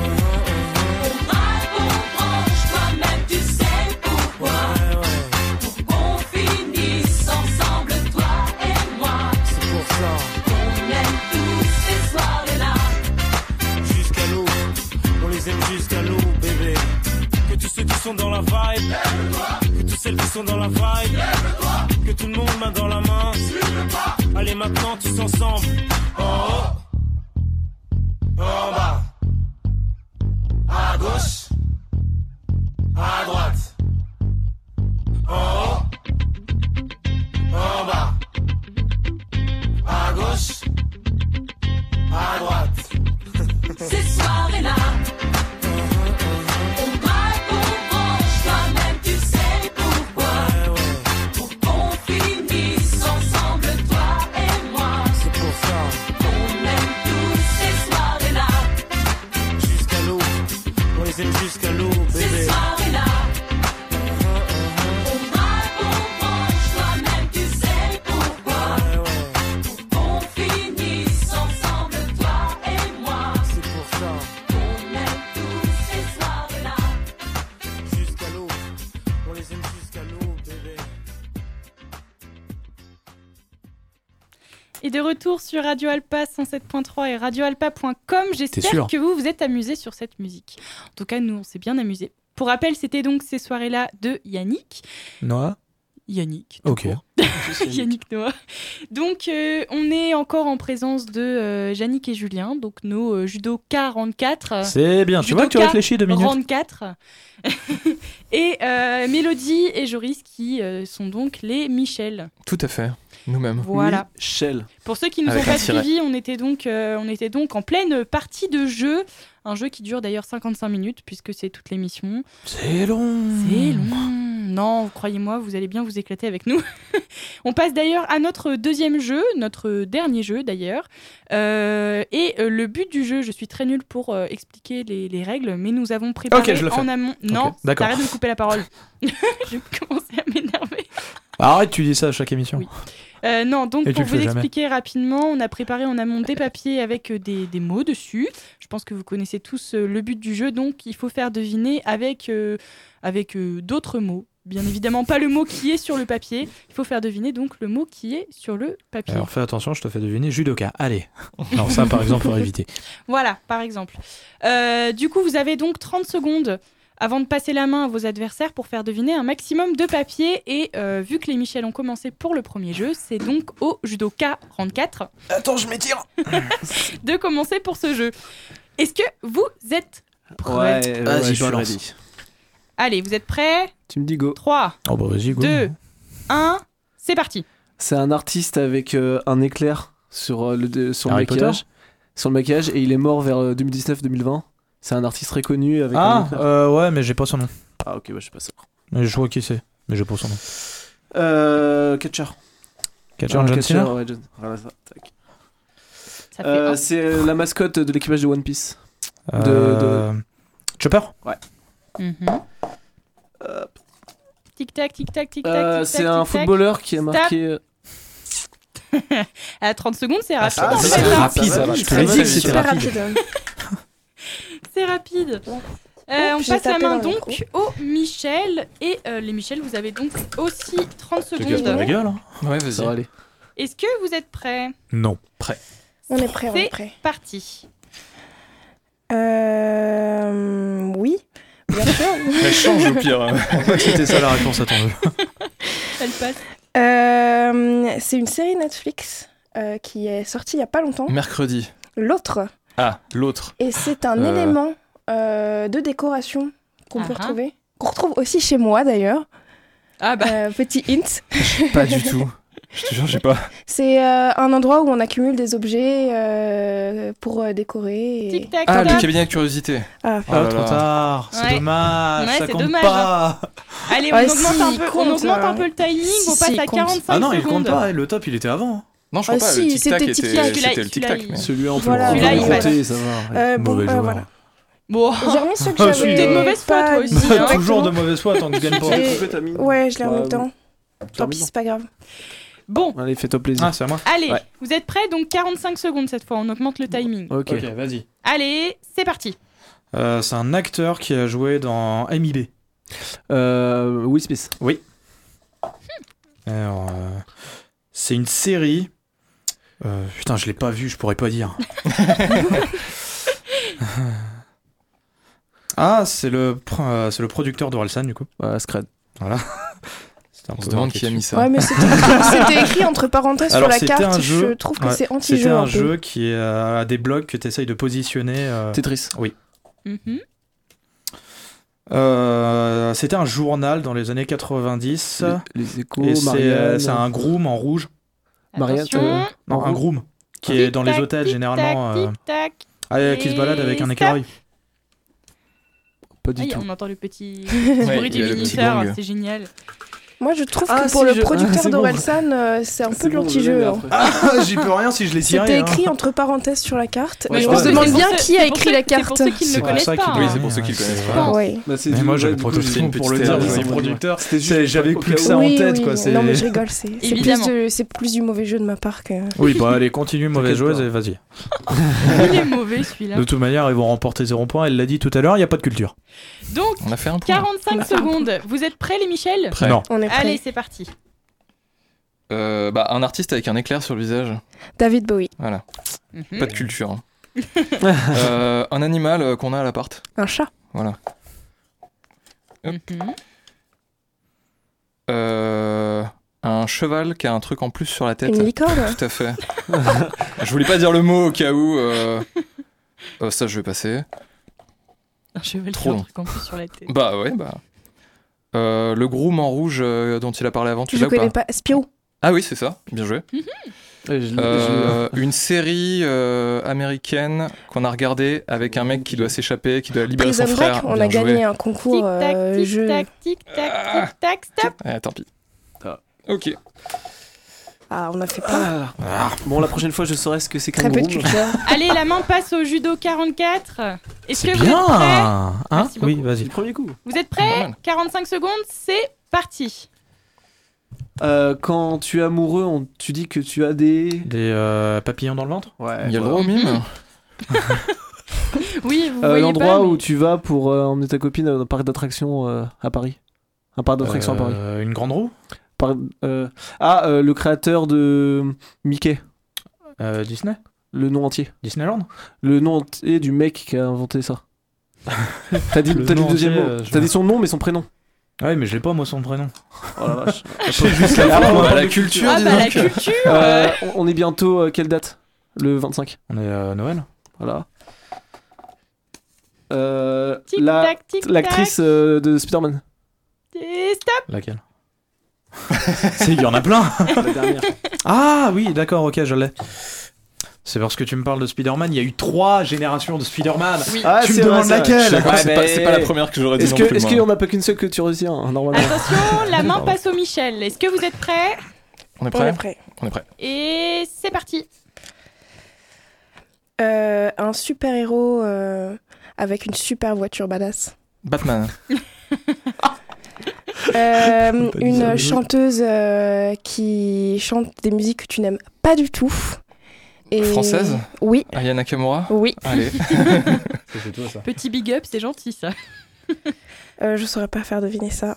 I: on braque, on branche, toi-même tu sais pourquoi.
H: Ouais, ouais,
I: Pour qu'on finisse ensemble, toi et moi.
H: c'est pour ça.
I: On aime tous ces soirées-là.
H: Jusqu'à l'eau, on les aime jusqu'à l'eau, bébé. Que tous ceux qui sont dans la vibe. Que toutes celles qui sont dans la vibe. Que tout le monde main dans la main. Allez maintenant tous ensemble. En haut. En bas.
F: À gauche, à droite, en haut, en bas, à gauche, à droite.
I: Ces soirées-là, on braque, on branche, toi-même tu sais pourquoi. Pour qu'on finisse ensemble, toi et moi. C'est pour ça qu'on aime tous ces soirées-là,
H: Jusqu'à l'eau. On les aime jusqu'à l'eau,
I: ces
H: bébé. Uh-huh,
I: soirées-là. On braque, on branche, toi-même tu sais pourquoi. Pour qu'on finisse ensemble, toi et moi. C'est pour ça qu'on aime tous ces soirées-là.
H: Jusqu'à l'eau. On les aime jusqu'à l'eau, bébé.
A: Et de retour sur Radio Alpa 107.3 et radioalpa.com,
B: T'es
A: j'espère
B: sûr
A: que vous vous êtes amusés sur cette musique. En tout cas, nous, on s'est bien amusés. Pour rappel, c'était donc ces soirées-là de Yannick.
B: Noah
A: Yannick.
B: Ok.
A: Yannick Noah. Donc, euh, on est encore en présence de euh, Yannick et Julien, donc nos euh, judo 44. euh,
B: C'est bien, tu
A: judoka
B: vois que tu réfléchis deux minutes.
A: 44. et euh, Mélodie et Joris qui euh, sont donc les Michel.
E: Tout à fait, nous-mêmes.
A: Voilà.
C: Michel.
A: Pour ceux qui ne nous ont
E: Avec un
A: pas
E: tiret.
A: suivis, on était, donc, euh, on était donc en pleine partie de jeu. Un jeu qui dure d'ailleurs 55 minutes, puisque c'est toute l'émission.
B: C'est long.
A: C'est long. Hmm. Non, croyez-moi, vous allez bien vous éclater avec nous. on passe d'ailleurs à notre deuxième jeu, notre dernier jeu d'ailleurs. Euh, et euh, le but du jeu, je suis très nulle pour euh, expliquer les, les règles, mais nous avons préparé
B: je le fais.
A: en amont. Non,
B: d'accord.
A: arrête de me couper la parole. je vais commencer à m'énerver.
B: Arrête, tu dis ça à chaque émission.
A: Euh, non, donc
B: Et
A: pour
B: tu le
A: vous
B: fais jamais.
A: expliquer rapidement, on a préparé en amont des papiers avec euh, des, des mots dessus. Je pense que vous connaissez tous euh, le but du jeu, donc il faut faire deviner avec, euh, avec euh, d'autres mots. Bien évidemment, pas le mot qui est sur le papier. Il faut faire deviner donc le mot qui est sur le papier.
B: Alors fais attention, je te fais deviner judoka. Allez. Alors ça, par exemple, pour éviter.
A: Voilà, par exemple. Euh, du coup, vous avez donc 30 secondes avant de passer la main à vos adversaires pour faire deviner un maximum de papier. Et euh, vu que les Michel ont commencé pour le premier jeu, c'est donc au judoka 34
F: Attends, je m'étire.
A: de commencer pour ce jeu. Est-ce que vous êtes prêts
C: Ouais,
B: Vas-y,
C: ouais, je suis
B: balance.
C: ready.
A: Allez, vous êtes prêts
C: Tu me dis go.
A: 3,
B: Oh bah vas-y, go.
A: 2, 1, c'est parti.
C: C'est un artiste avec euh, un éclair sur, euh, le, de- sur le
B: Harry Potter
C: maquillage. Sur le maquillage et il est mort vers euh, 2019-2020. C'est un artiste très connu avec un
B: Ah,
C: éclair.
B: euh, ouais, mais j'ai pas son nom.
C: Ah ok, bah je sais pas ça.
B: Mais je vois qui c'est, mais j'ai pas son nom.
C: Euh, catcher.
B: Catcher
C: Ah,
B: John
C: catcher,
B: Cena
C: ouais, John- voilà ça, tac.
A: Ça fait
C: Euh,
A: un.
C: C'est euh, la mascotte de l'équipage de One Piece. de-
B: Euh, Chopper
A: Mhm. Tic-tac, tic-tac, tic-tac.
C: Euh,
A: tic-tac,
C: c'est un
A: tic-tac.
C: footballeur qui a marqué. euh,
A: À 30 secondes, c'est rapide.
C: Ah,
A: en
C: c'est
A: fait,
C: rapide.
A: hein.
C: rapide, ça va, je te l'ai
D: Ah,
C: dit
D: c'est
C: que c'était
D: super
B: rapide.
A: C'est rapide.
D: Oh,
A: Euh, on
D: j'ai
A: passe la
D: tapé
A: main
D: dans le
A: donc au Michel. Et euh, les Michel, vous avez donc aussi 30
B: Ma
A: secondes.
B: gueule hein.
E: Ouais,
C: Ça va
E: vas-y.
C: aller.
A: Est-ce que vous êtes prêts
B: Non.
D: On est prêt, on
A: C'est
D: est prêt.
A: parti.
D: Euh, oui, bien sûr.
E: Elle change au pire. hein.
B: C'était ça la réponse à ton jeu.
A: Elle passe.
D: Euh, c'est une série Netflix euh, qui est sortie il n'y a pas longtemps.
E: Mercredi.
D: L'autre.
E: Ah, l'autre.
D: Et c'est un
E: Euh.
D: élément euh, de décoration qu'on peut
A: Ah ah.
D: retrouver. Qu'on retrouve aussi chez moi d'ailleurs.
A: Ah bah.
D: Euh, petit hint.
E: Pas du tout. Je te jure, j'ai pas.
D: C'est euh, un endroit où on accumule des objets euh, pour euh, décorer. et-
A: Tic-tac,
E: Ah, le
A: tic-tac.
E: cabinet de curiosité.
D: Ah.
E: Oh là
B: Ah, trop
E: là.
B: tard, c'est
A: Ouais.
B: dommage,
A: Ouais,
B: ça
A: c'est
B: compte
A: dommage,
B: pas. Ah
A: Allez,
D: Ouais,
A: on, augmente,
D: si,
A: un peu, on
D: compte,
A: augmente un
D: euh,
A: peu le timing,
D: si,
A: on passe
D: si,
A: à
D: compte.
A: 45
B: Ah non, il
A: secondes.
B: compte pas, le top il était avant. hein.
E: Non, je crois
D: Ah,
E: pas.
D: si,
E: le tic-tac
D: c'était
E: était,
D: tic-tac.
E: c'était
A: Celui-là,
E: le
A: celui-là,
E: tic-tac.
A: il-
E: mais-
C: Celui-là, on peut
D: Voilà.
C: on peut
A: Celui-là, il
C: le
A: passe.
C: compter, ça va.
D: Euh, bon,
B: Mauvais
D: bah,
B: joueur.
D: voilà.
A: Bon.
D: J'ai remis ceux que
B: Ah,
D: j'avais.
B: celui-là. T'es
A: Oh. de mauvaise foi,
D: pas
A: toi aussi,
D: dit
A: hein.
D: correctement.
B: Toujours de mauvaise foi tant que tu gagnes pas.
D: J'ai- Ouais, je l'ai
E: Bah,
D: remis dedans. Tant pis, c'est pas grave.
A: Bon,
C: Allez, fais-toi plaisir.
B: Ah, c'est à moi.
A: allez,
C: Ouais.
A: vous êtes prêts Donc 45 secondes cette fois, on augmente le timing.
C: Ah, Ok.
B: vas-y.
A: Allez, c'est parti.
B: Euh, c'est un acteur qui a joué dans MIB.
C: Euh, Will Smith.
B: Alors, euh, c'est une série. Euh, putain, je l'ai pas vu, je pourrais pas dire. Ah, c'est le, pr- euh, c'est le producteur d'Orelsan, du coup.
C: Ouais, Scred.
B: Voilà. C'était un
E: On
B: peu
E: se demande
B: marqué
E: qui a
B: dessus.
E: mis ça.
D: Ouais, mais c'était c'était écrit entre parenthèses
B: Alors,
D: sur la
B: c'était
D: carte.
B: un jeu-
D: Je trouve que
B: ouais,
D: c'est
B: C'était
D: anti-jeu.
B: un
D: un peu.
B: jeu qui est, euh, a des blocs que tu essayes de positionner. euh,
E: Tetris.
A: Mhm.
B: euh, c'était un journal dans les années 90.
C: Les, les échos,
B: et c'est euh,
C: Marianne.
B: c'est un groom en rouge.
C: Marianne,
A: Attention.
C: euh,
B: Non,
C: en
B: un
C: rouge.
B: groom. Qui est dans les
A: Tic-tac,
B: hôtels
A: tic-tac,
B: généralement. euh,
A: tic-tac.
B: ah, qui se balade avec un
A: Et
B: écureuil.
C: Pas
A: Ah,
C: du tout.
A: on entend le petit, le
E: Ouais,
A: bruit
E: il
A: du
E: y a le petit
A: minuteur,
E: gong.
A: c'est génial.
D: Moi, je trouve
C: Ah,
D: que pour
C: si,
D: le
C: je-
D: producteur
C: c'est bon.
D: d'Orelsan, euh, c'est un peu de l'anti-jeu. hein.
B: Ah, j'y peux rien si je hein. l'ai
D: C'était écrit entre parenthèses sur la carte.
C: Ouais,
D: et
C: je
D: on
C: pense
D: se
C: que
D: demande
A: c'est
D: bien
A: pour
D: qui
A: ça-
D: a
A: c'est pour
D: écrit
A: ça-
D: la
A: c'est pour
D: carte.
A: ceux qui ne le connaissent
B: ça
A: pas.
B: qu'il
E: Oui,
A: hein.
E: c'est pour ceux qui le connaissent
B: c'est-
E: pas.
D: Ouais.
C: bah,
B: Mais moi, j'avais produit
E: une petite
B: pour le dire,
E: erreur,
B: j'étais
E: ouais.
B: producteur.
C: C'était juste
B: C'est- J'avais
C: au
B: plus que
C: cas
B: ça
C: où.
B: en
D: Oui,
B: tête,
D: oui.
B: quoi. c'est-
D: Non, mais je rigole. C'est c'est plus,
A: Évidemment.
D: de- c'est plus du mauvais jeu de ma part que.
B: Oui, bah allez, continue, mauvaise
C: T'inquiète
B: joueuse,
C: pas.
B: et vas-y.
A: Il est mauvais celui-là.
B: De toute manière, ils vont remporter 0 points. Elle l'a dit tout à l'heure, il n'y a pas de culture.
A: Donc,
E: On a fait un point.
A: 45 secondes. Vous êtes prêts les Michel
E: Prêt.
B: Non.
D: On est prêts.
A: Allez, c'est parti.
E: Euh, bah, un artiste avec un éclair sur le visage.
D: David Bowie,
E: Voilà.
A: Mhm.
E: Pas de culture. hein. Euh, un animal euh, qu'on a à l'appart.
D: un chat.
E: Voilà.
A: Mhm.
E: Euh, un cheval qui a un truc en plus sur la tête.
D: Une licorne
E: Tout à fait. je voulais pas dire le mot au cas où. euh, euh, ça, je vais passer.
A: Un cheval
E: Trop
A: qui a un
E: long.
A: truc en plus sur la tête.
E: Bah ouais, bah. Euh, le groom en rouge euh, dont il a parlé avant, tu
D: Je
E: l'as ou pas,
D: connais pas. Spirou.
E: Ah oui, c'est ça, bien joué.
C: Ouais, je l'ai- je l'ai-
E: Euh, une série euh, américaine qu'on a regardée avec un mec qui doit s'échapper, qui doit libérer
D: Prison
E: son
D: Break,
E: frère.
D: on
E: Bien
D: a
E: joué.
D: gagné un concours
A: Tic-tac,
D: euh, jeu.
A: tic-tac, tic-tac, tic-tac, stop.
E: Eh, tant pis.
C: Ah.
B: Eh
E: Ok.
D: Ah, on a fait plein.
C: Ah. Bon, la prochaine fois, je saurai ce que c'est qu'un
D: Très peu de
C: groove.
D: culture.
A: Allez, la main passe au judo 44. Est-ce que vous êtes prêts
B: Bien Hein
A: Merci
B: Oui,
A: beaucoup.
C: Du
B: vas-y.
C: premier coup.
A: Vous êtes prêts
E: Normal.
A: 45 secondes, c'est parti.
C: Euh, quand tu es amoureux, on... tu dis que tu as des.
B: Des euh, papillons dans le ventre
C: Ouais.
E: Il y a le droit
C: voilà.
E: au mime
A: Oui, vous
C: Euh,
A: voyez
C: L'endroit
A: pas, mais-
C: où tu vas pour euh, emmener ta copine dans un parc d'attractions euh, à Paris. Un parc d'attractions à Paris.
B: Euh, Une grande roue
C: Par- euh, Ah, euh, le créateur de Mickey.
B: Euh, Disney
C: Le nom entier.
B: Disneyland
C: Le nom entier du mec qui a inventé ça. T'as dit,
B: Le
C: t'as dit
B: nom
C: le deuxième
B: entier,
C: mot.
B: euh, je
C: T'as
B: vois.
C: dit son nom, mais son prénom.
B: Ah Ouais, mais je l'ai pas, moi, son prénom.
C: Oh la vache.
B: juste
C: la
B: fin,
C: fin,
B: moi.
C: on
E: Bah,
C: parle
E: La
C: de
E: culture,
A: Ah
E: dis
A: bah la
E: donc.
A: culture
C: Euh, on- on est bientôt euh, quelle date Le 25.
B: On est à Noël
C: Voilà. Euh,
A: Tic
C: la-
A: tac, tic tac.
C: L'actrice euh, de Spider-Man.
A: Et stop
B: Laquelle C'est, il y en a plein
C: La dernière.
B: Ah oui, d'accord, ok, je l'ai. C'est parce que tu me parles de Spider-Man, il y a eu trois générations de Spider-Man
A: Oui.
C: Ah,
B: Tu me
C: c'est vrai,
B: demandes
C: c'est vrai.
B: laquelle Ah,
E: Je crois que c'est
C: Ouais,
E: pas-
C: mais-
E: c'est pas la première que j'aurais dit
C: Est-ce
E: non
C: que-
E: plus,
C: est-ce
E: moi.
C: qu'il n'y en a pas qu'une seule que tu retiens, hein, normalement
A: Attention, la main passe au Michel. Est-ce que vous êtes prêts
E: On est
D: On est
E: prêt
D: prêt.
E: On est prêt.
A: Et c'est parti.
D: Euh, un super héros euh, avec une super voiture badass.
E: Batman.
D: Euh,
B: dit ça,
D: une
B: mais-
D: chanteuse euh, qui chante des musiques que tu n'aimes pas du tout. Et...
E: Française
D: Oui,
E: Aya Nakamura
D: oui.
E: Allez.
B: C'est toi ça.
A: Petit big up, c'est gentil ça.
D: Euh, je saurais pas faire deviner ça.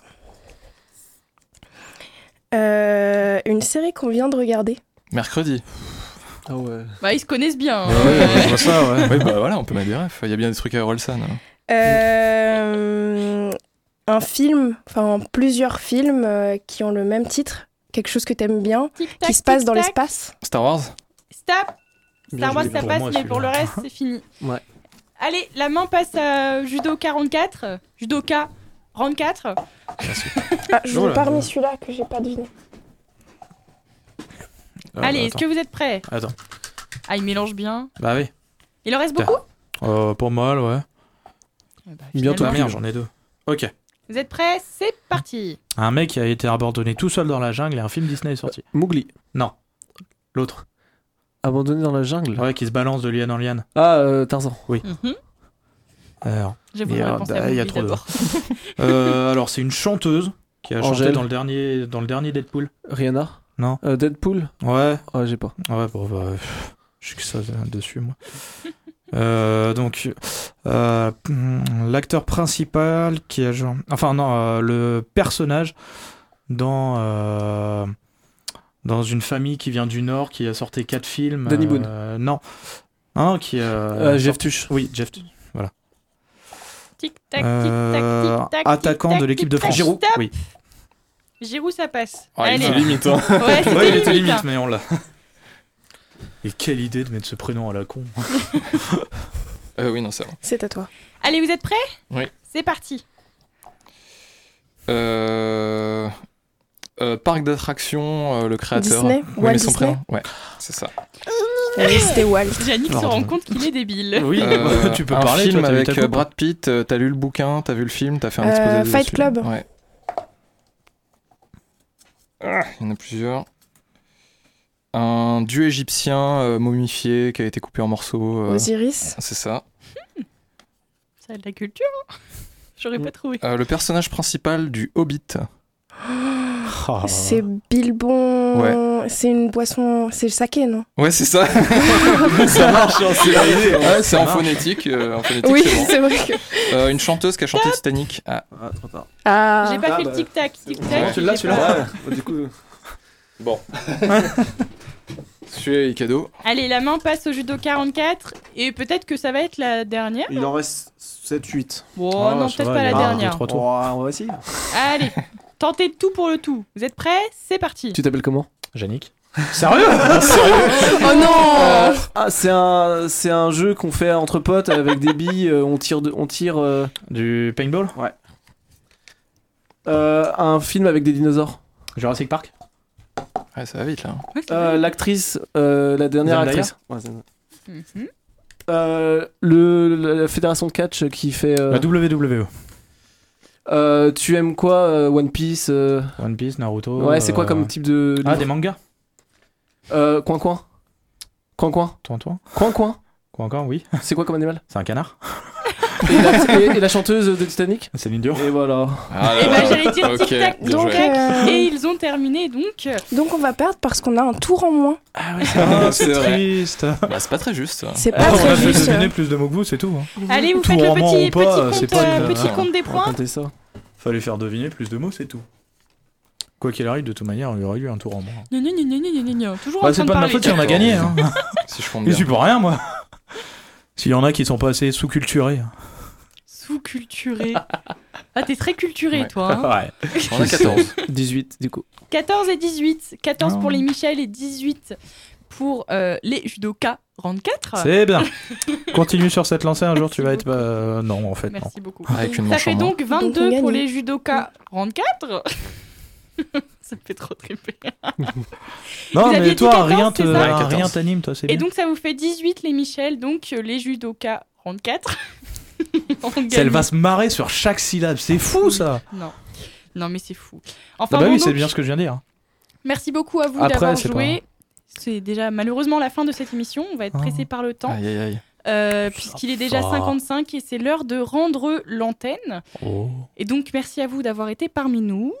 D: Euh, une série qu'on vient de regarder.
E: Mercredi.
C: Ah ouais.
A: Bah ils se connaissent bien. hein.
B: je vois ça, Ah ouais.
E: Oui, bah voilà, on peut mettre des refs. Il y a bien des trucs à Rolson.
D: Euh, un film, enfin plusieurs films euh, qui ont le même titre, quelque chose que t'aimes bien,
A: Tic tac.
D: qui se passe
A: tic,
D: dans
A: tac.
D: l'espace.
E: Star Wars
A: Stop.
C: Bien
A: Star Wars
C: joué.
A: ça
B: Pour
A: passe,
B: moi,
A: mais pour le
B: celui-là.
A: reste c'est fini.
C: Ouais.
A: Allez, la main passe à Judo 44. Judoka 44.
D: Ah, je
B: Oh
D: vous
B: là
D: ai pas
B: là.
D: remis celui-là que j'ai pas deviné.
A: Allez, est-ce que vous êtes prêts
B: bah, Ah, attends. attends.
A: Ah, il mélange bien.
B: Bah oui.
A: Il en reste beaucoup
B: Euh, pas mal, ouais.
A: Eh bah,
C: Bientôt
B: Ah
A: finalement.
B: merde, j'en ai deux. Ok.
A: Vous êtes prêts C'est parti.
B: Un mec qui a été abandonné tout seul dans la jungle et un film Disney est sorti.
C: Mowgli.
B: Non. Euh, L'autre.
C: Abandonné dans la jungle.
B: Ouais, qui se balance de liane en liane.
C: Ah, euh, Tarzan.
A: Mhm.
B: Alors,
A: J'ai voulu
B: Merde,
A: répondre à
B: ah, il y a
A: Bobby
B: trop de-
A: d'abord.
B: euh, alors c'est une chanteuse qui a chanté
C: Angèle.
B: dans le dernier dans le dernier Deadpool.
C: Rihanna.
B: Non.
C: Euh, Deadpool.
B: Ouais.
C: Ah, j'ai pas.
B: Ouais, bon, bah, pff, je suis que ça euh, dessus, moi. Euh, donc, euh, hmm, l'acteur principal qui a genre. Enfin, non, euh, le personnage dans. euh, dans une famille qui vient du Nord, qui a sorti quatre films.
C: Danny
B: euh, Non. Non, qui. euh,
C: Euh, Jeff Tuche.
B: Oui, Jeff. Tu- Voilà.
A: Tic tac, tic
B: Euh,
A: tac, tic tac.
B: attaquant
A: tic, tac,
B: de l'équipe de
A: tic, tac,
B: France. Giroud.
A: stop.
B: Oui.
A: Giroud, ça passe.
E: Ah, il
A: Allez.
E: était limite, hein.
A: Ouais, c'était
B: Ouais, il était
A: limite.
B: limite, mais on l'a. Et quelle idée de mettre ce prénom à la con.
E: Euh, oui, non, c'est vrai.
D: C'est à toi.
A: Allez, vous êtes prêts
E: Oui.
A: C'est parti.
E: Euh, euh, parc d'attractions, euh, le créateur.
D: Disney
E: Oui,
D: Walt
E: mais son
D: Disney
E: prénom. Ouais, c'est ça.
D: Oui, Euh, C'était Walt.
A: Yannick se
B: Pardon.
A: rend compte qu'il est débile.
B: Oui,
E: Euh,
B: tu peux
E: un
B: parler.
E: film
B: toi, t'as eu
E: avec
B: ta
E: euh,
B: coupe.
E: Brad Pitt, euh, t'as lu le bouquin, t'as vu le film, t'as fait un
D: Euh,
E: exposé. dessus.
D: Fight Club.
E: Ouais. Ah, il y en a plusieurs. Un dieu égyptien euh, momifié qui a été coupé en morceaux. euh,
B: Ah,
D: Osiris.
E: c'est ça.
A: Ça a de la culture. hein. J'aurais
B: Mm.
A: pas trouvé.
E: Euh, le personnage principal du Hobbit.
A: Oh,
B: Ah.
D: C'est Bilbon. C'est une boisson. C'est le saké, non
E: Ouais, c'est ça.
B: Ça marche, hein, c'est la idée, hein.
E: Ouais, c'est en
B: marche.
E: phonétique. euh, en phonétique
D: Oui,
E: c'est bon.
D: c'est vrai que.
E: Euh, une chanteuse qui a chanté Titanic. Ah,
C: Ah, trop tard.
D: Ah.
A: J'ai pas
C: Ah,
A: fait le
C: bah,
A: tic tac, tic
E: bon.
A: tac.
E: Ouais,
C: tu l'as,
A: j'ai
C: tu
A: pas-
C: l'as. Ouais, du coup,
E: bon. Celui-là, il est cadeau.
A: Allez, la main passe au judo 44 et peut-être que ça va être la dernière.
C: il en reste 7-8.
A: Bon,
B: Ah,
A: Oh, non,
B: ça
A: peut-être
B: va,
A: pas
B: il
A: la
B: y en a deux,
A: dernière.
B: trois
C: Oh,
B: tours.
C: on va essayer.
A: Allez, tentez tout pour le tout. Vous êtes prêts C'est parti.
C: Tu t'appelles comment
B: Yannick. Sérieux
D: Oh non
C: Ah, c'est un, c'est un jeu qu'on fait entre potes avec des billes. euh, on tire, de, on tire. euh,
B: Du paintball
C: euh, un film avec des dinosaures.
B: Jurassic Park
E: Ouais, ça va vite là.
A: Ouais, c'est
C: Euh,
A: vrai.
C: L'actrice, euh, la dernière
B: Zendaya
C: actrice. Ouais, Zendaya.
A: Mhm.
C: Euh, le, la- la fédération de catch qui fait. euh,
B: La E. WWE.
C: euh, tu aimes quoi, euh, One Piece euh,
B: One Piece, Naruto.
C: Ouais, c'est quoi
B: euh,
C: comme type de.
B: Ah, des mangas
C: Euh, coin coin. Coin coin.
B: Toi, toi
C: Coin coin.
B: Quoi encore Oui.
C: C'est quoi comme animal
B: C'est un canard
C: et la, et- et la chanteuse de Titanic.
B: C'est une dure.
C: Et voilà.
E: Ah,
A: Eh ben, j'allais dire tic tac, tic
D: Donc,
A: tac.
D: euh,
A: Et ils ont terminé donc. euh,
D: donc on va perdre parce qu'on a un tour en moins.
E: c'est vrai.
B: triste.
E: Bah, c'est pas très juste.
D: C'est pas
B: Ah, on
D: très
B: a fait
D: juste.
B: deviner plus de mots que vous, c'est tout. hein.
A: Allez, vous
B: Tout
A: faites le
B: roman
A: petit,
B: ou pas,
A: petit
B: c'est
A: compte,
B: pas
A: euh,
B: une- Ah.
A: petit compte des points.
C: Racontez ça.
B: Fallait faire deviner plus de mots, c'est tout. Quoi qu'il arrive, de toute manière, il y aurait eu un tour en moins.
A: Gna, gna, gna, gna, gna, gna, gna. Toujours en
B: Bah,
A: train
B: c'est
A: de
B: pas de ma
A: parler.
B: faute si on a gagné. Hein.
E: Si je compte
B: Je
E: bien.
B: suis pour rien, moi. S'il y en a qui sont pas assez sous-culturés.
A: Sous-culturé. Ah, t'es très culturé,
E: Ouais.
A: toi. hein.
B: Ouais.
E: On a 14.
C: 18 du coup.
A: 14 et 18. 14 pour
B: Ah.
A: les Michel et 18 pour euh, les judokas 44.
B: C'est bien. Continue sur cette lancée, un jour tu vas
A: Merci
B: être. euh, non, en fait, non.
A: Merci beaucoup.
E: Avec une
A: Ça
E: manche en
A: fait
E: moins.
A: donc
D: Donc, on
A: 22
D: gagne.
A: pour les judokas 44. Ça me fait trop triper.
B: Eh Non,
A: Vous aviez
B: mais
A: dit
B: toi,
A: 14,
B: rien
A: c'est ça
B: te-
E: Ouais,
B: rien
E: 14.
B: t'anime, toi, c'est
A: Et
B: bien.
A: donc ça vous fait 18 les Michel, donc euh, les judokas 44. On gagne.
B: Elle va se marrer sur chaque syllabe, c'est fou ça!
A: Non. Non mais c'est fou.
B: Ah
A: Enfin
B: bah
A: bon,
B: oui, c'est
A: donc,
B: bien ce que je viens de dire.
A: merci beaucoup à vous
B: Après,
A: d'avoir
B: c'est
A: joué. C'est déjà malheureusement la fin de cette émission, on va être
B: Ah.
A: pressé par le temps
E: Aïe aïe aïe.
A: euh, puisqu'il est déjà
B: Ah.
A: 55 et c'est l'heure de rendre l'antenne.
B: Oh.
A: Et donc merci à vous d'avoir été parmi nous.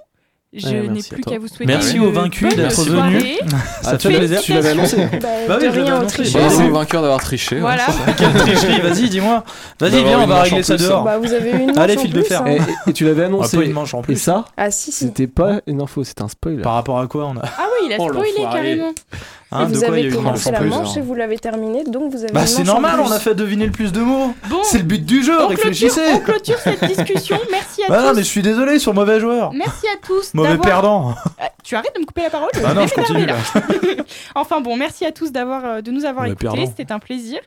A: Je
C: Ouais,
A: n'ai
C: merci à
A: plus
C: toi.
A: qu'à vous souhaiter
B: Merci
A: une
B: aux vaincus
A: bonne
B: d'être
A: soirée.
B: venus. Ça
C: Ah, tu
B: fait
C: l'as-
B: plaisir.
C: Tu l'avais annoncé.
D: Bah,
B: Bah oui,
D: de
B: je l'avais
D: rien au
B: annoncé.
D: tricheur.
E: Bravo au vainqueur d'avoir triché.
A: Voilà.
B: Quelle tricherie, vas-y, dis-moi. Vas-y,
E: D'avoir
B: viens, on
E: une
B: va
E: manche
B: régler
E: en
B: ça
E: plus.
B: dehors.
D: Bah, vous avez eu une
B: Allez,
D: manche en
B: fil de
D: plus,
B: fer.
D: hein.
C: Et, et- et tu l'avais
B: Un peu une
C: annoncé.
B: manche en
C: Et
B: plus.
C: ça,
D: Ah si si.
C: c'était pas une info, c'était un spoil.
B: Par rapport à quoi on a.
A: Ah oui, il a
B: Oh,
A: spoilé
B: l'enfoiré.
A: carrément.
B: Hein,
D: Et
B: de
D: vous
B: quoi il y a
D: avez
B: eu une manche
D: commencé
B: en
D: la
B: plus, hein.
D: manche et vous l'avez terminée, donc vous avez
B: Bah
D: une
B: c'est
D: manche en
B: normal,
D: plus.
B: on a fait deviner le plus de mots.
A: Bon,
B: C'est le but du jeu,
A: on clôture, on
B: réfléchissez.
A: clôture cette discussion. Merci à
B: Bah non,
A: tous.
B: mais je suis désolé sur mauvais joueur.
A: Merci à tous
B: Mauvais
A: d'avoir.
B: perdant.
A: Ah, tu arrêtes de me couper la parole.
B: Bah non, je continue là.
A: Enfin bon, merci à tous d'avoir euh, de nous avoir
B: Mauvais
A: écoutés.
B: perdant.
A: C'était un plaisir.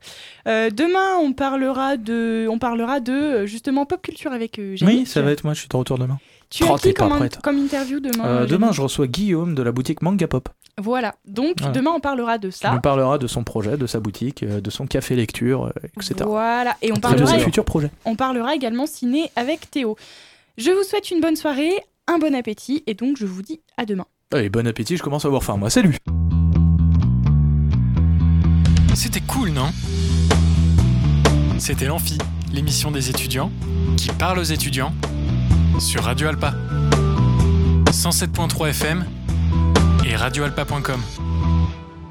A: Euh, demain, on parlera de, on parlera de euh, justement pop culture avec euh, Yannick.
B: Oui, ça va être moi, je suis de retour demain.
A: Tu as
B: Oh,
A: qui
B: t'es pas
A: comme, in-
B: prête.
A: comme interview demain
B: Euh,
A: euh,
B: demain,
A: Yannick
B: je reçois Guillaume de la boutique Manga Pop.
A: Voilà. Donc
B: Voilà.
A: demain, on parlera de
B: qui
A: ça.
B: nous parlera de son projet, de sa boutique, euh, de son café lecture, euh, etc.
A: Voilà. Et on
B: Et de
A: parlera
B: ses futurs projets.
A: On parlera également ciné avec Théo. Je vous souhaite une bonne soirée, un bon appétit et donc je vous dis à demain.
B: Allez, bon appétit, je commence à avoir faim, moi. Salut
J: C'était cool, non C'était l'Amphi, l'émission des étudiants qui parle aux étudiants sur Radio Alpa. 107.3 FM et radioalpa.com.